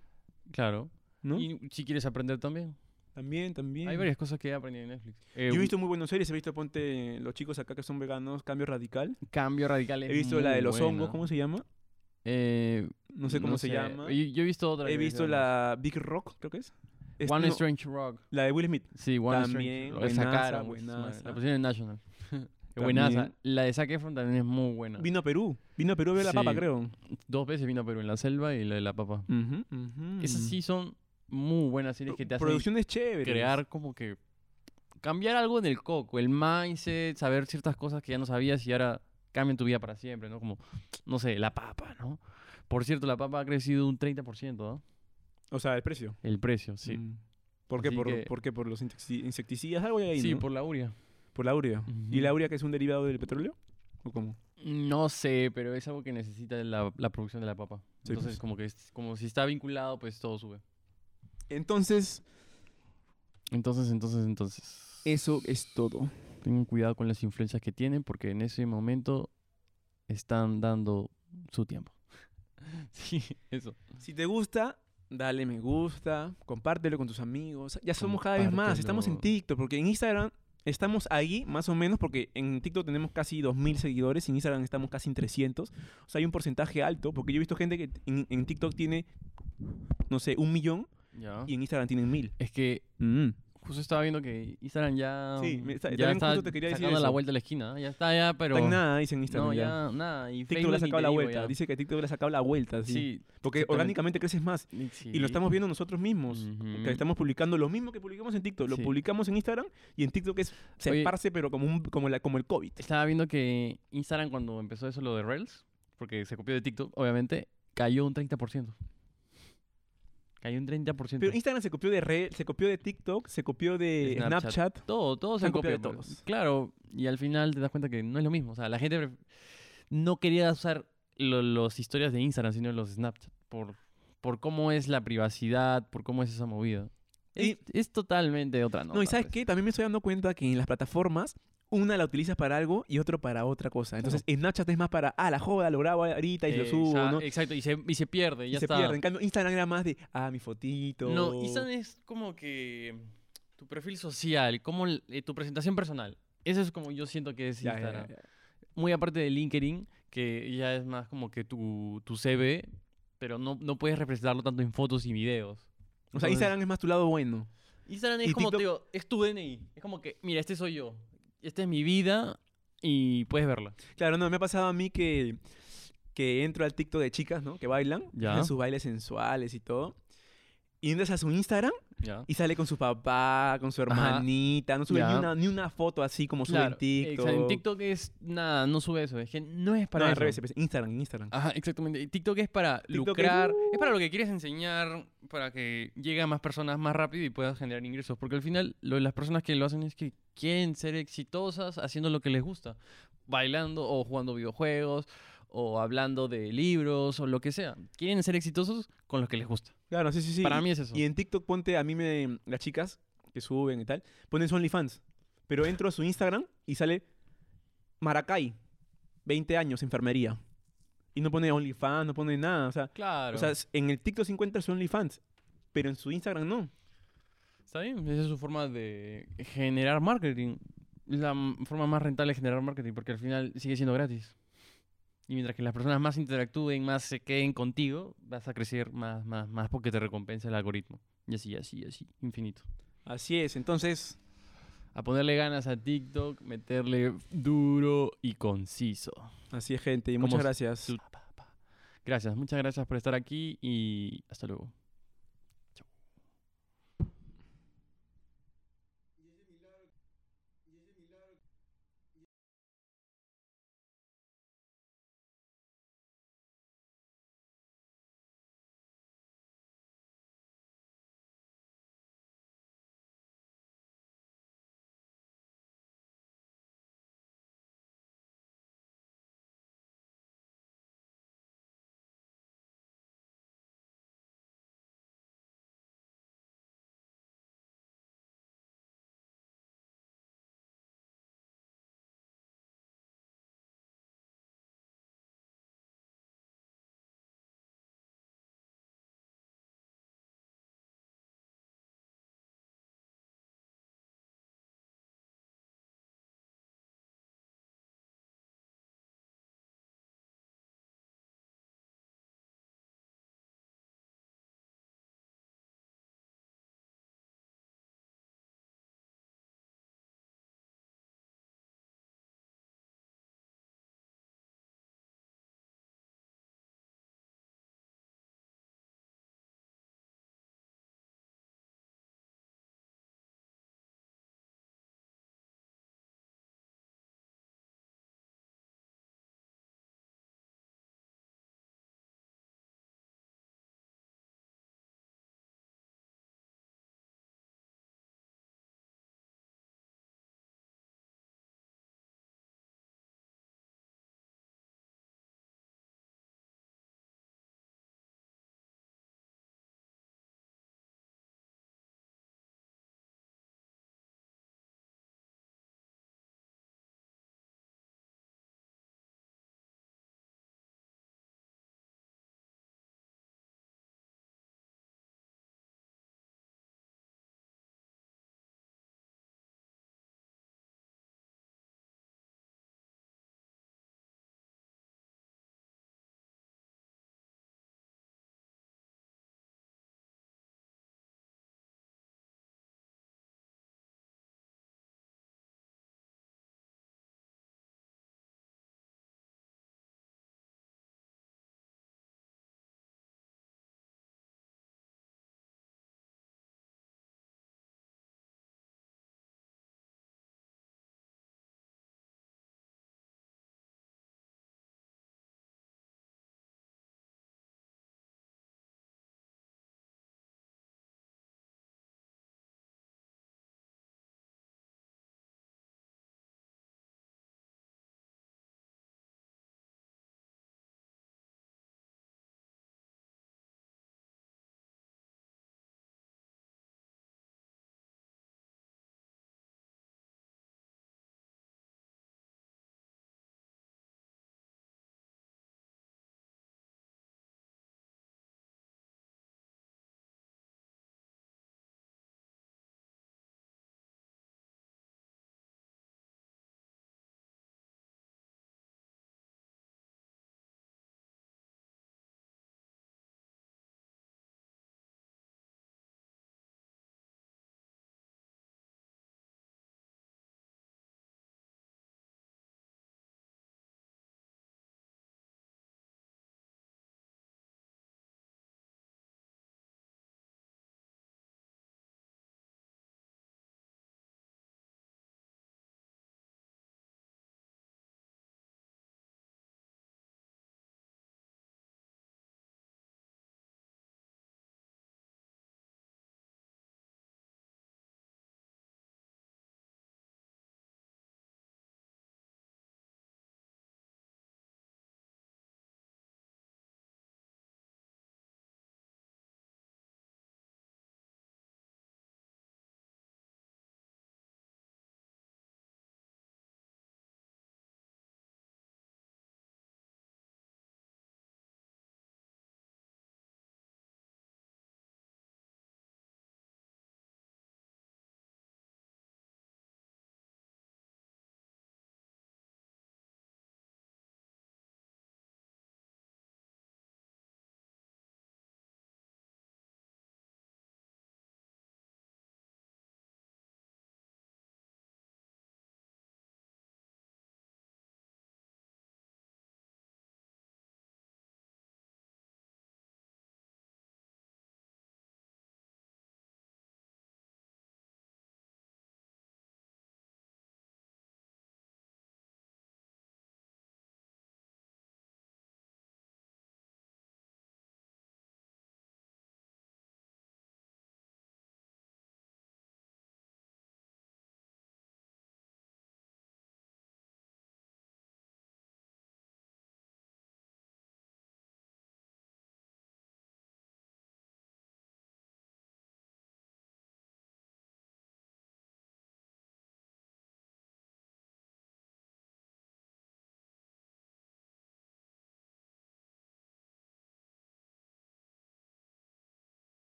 claro.
¿no?
Y si quieres aprender también.
También, también.
Hay varias cosas que he aprendido en Netflix. Eh,
Yo he visto muy buenas series, he visto, ponte, los chicos acá que son veganos, Cambio Radical.
Cambio radical. es
He visto la
muy
de los hongos,
buena.
¿cómo se llama?
Eh,
No sé cómo se llama.
Yo, yo he visto otra.
He
que
visto
se llama
la Big Rock, creo que es. Es-
One
no,
Strange Rock.
La de Will Smith.
Sí, One
También,
Strange Rock. La
buenaza,
sacaron. buenísima,
buenaza.
La pusieron en National. Qué
También.
buenaza. La de Zac Efron también es muy buena.
Vino a Perú. Vino a Perú a ver la
Sí.
papa, creo.
Dos veces vino a Perú, en La Selva y la de La Papa.
Ujú, ujú.
Esas sí son muy buenas series que te hacen
Producciones chéveres.
crear como que... Cambiar algo en el coco, el mindset, saber ciertas cosas que ya no sabías y ahora cambian tu vida para siempre, ¿no? Como, no sé, la papa, ¿no? Por cierto, la papa ha crecido un 30%, ¿no?
O sea, el precio.
El precio, sí.
Mm. ¿Por qué?
Así
Por,
que-
por qué? ¿Por los insecti- insecticidas? Algo hay ahí,
Sí,
¿no?
por la urea.
Por la urea. ¿Y la
Ujú.
urea que es un derivado del petróleo? ¿O cómo?
No sé, pero es algo que necesita la, la producción de la papa.
Sí,
Entonces,
pues.
como que es- como si está vinculado, pues todo sube.
Entonces,
Entonces, entonces, entonces.
eso es todo.
Tengan cuidado con las influencias que tienen porque en ese momento están dando su tiempo. sí, eso.
Si te gusta, dale me gusta, compártelo con tus amigos. Ya somos cada vez más, estamos en
Compártelo.
TikTok, porque en Instagram estamos ahí más o menos, porque en TikTok tenemos casi 2.000 seguidores, en Instagram estamos casi en 300. O sea, hay un porcentaje alto, porque yo he visto gente que en, en TikTok tiene, no sé, un millón
Ya.
y en Instagram tienen mil.
Es que
Mm.
justo estaba viendo que Instagram ya. mm,
Sí, me está-
ya
también
está
justo te quería decir
sacando la
eso.
vuelta de la esquina. ¿eh? Ya está, ya, pero.
Está en nada, dicen en Instagram.
no,
ya.
ya, nada. Y
TikTok le
Facebook ni
ha sacado
te
la
digo
vuelta.
ya.
Dice que TikTok le ha sacado la vuelta, sí.
sí.
Porque
exactamente.
orgánicamente creces más. Y lo estamos viendo nosotros mismos.
Ujú.
Que estamos publicando lo mismo que publicamos en TikTok. Lo
Sí.
publicamos en Instagram y en TikTok es, se
Oye.
esparce, pero como, un, como, la, como el COVID.
Estaba viendo que Instagram cuando empezó eso lo de Reels, porque se copió de TikTok, obviamente, cayó un 30%. Cayó un 30%.
Pero Instagram se copió de Red, se copió de TikTok, se copió de
Snapchat.
Snapchat.
todo,
se
todo se
han
copió
copiado
de
de
todos.
todos.
Claro, y al final te das cuenta que no es lo mismo. O sea, la gente pref- no quería usar lo- los historias de Instagram, sino los Snapchat, por, por cómo es la privacidad, por cómo es esa movida. Es,
Y-
es totalmente otra nota.
No, y ¿sabes
pues.
qué? También me estoy dando cuenta que en las plataformas una la utilizas para algo y otro para otra cosa. Entonces, Snapchat es más para, ah, la joda, lo grabo ahorita y lo
Eh,
subo,
exa-
¿no?
Exacto, y se, y se pierde,
Y
ya
se
está.
pierde. En cambio, Instagram era más de, ah, mi fotito.
No, Instagram es como que tu perfil social, como l- eh, tu presentación personal. Eso es como yo siento que es
Ya, ya, ya,
Instagram.
ya.
Muy aparte de LinkedIn, que ya es más como que tu, tu CV, pero no, no puedes representarlo tanto en fotos y videos.
O sea,
Entonces,
Instagram es más tu lado bueno.
Instagram
y
es como, te
TikTok-
digo, es tu DNI. Es como que, mira, este soy yo. Esta es mi vida y puedes verla.
Claro, no, me ha pasado a mí que, que entro al TikTok de chicas, ¿no? Que bailan,
Ya.
hacen sus bailes sensuales y todo. Y entras a su Instagram
¿ya?
y sale con su papá, con su hermanita. No sube ni
Ya.
una, ni una foto así como sube en
Claro,
TikTok.
exa- En TikTok es nada, no sube eso. Es que no es
no,
para
al
eso. Ah,
revés, pues, Instagram, Instagram.
Ajá, exactamente. Y TikTok es para
TikTok es,
lucrar, es,
uh.
para lo que quieres enseñar, para que llegue a más personas más rápido y puedas generar ingresos. Porque al final, lo de las personas que lo hacen es que quieren ser exitosas haciendo lo que les gusta, bailando o jugando videojuegos o hablando de libros o lo que sea. Quieren ser exitosos con lo que les gusta.
Claro, sí, sí, sí.
para
Y-
mí es eso.
Y en TikTok ponte, a mí me, las chicas que suben y tal, ponen su OnlyFans. Pero entro a su Instagram y sale Maracay, 20 años, enfermería. Y no pone OnlyFans, no pone nada. O sea,
claro.
O sea, s- en el TikTok se encuentra su OnlyFans, pero en su Instagram no.
Está bien, esa es su forma de generar marketing. La m- forma más rentable de generar marketing, porque al final sigue siendo gratis. Y mientras que las personas más interactúen, más se queden contigo, vas a crecer más, más, más porque te recompensa el algoritmo. Y así, así, así, infinito.
Así es, entonces,
A ponerle ganas a TikTok, meterle duro y conciso.
así es gente, y
Como
muchas
s-
gracias.
Su- pa, pa. Gracias, muchas gracias por estar aquí y hasta luego.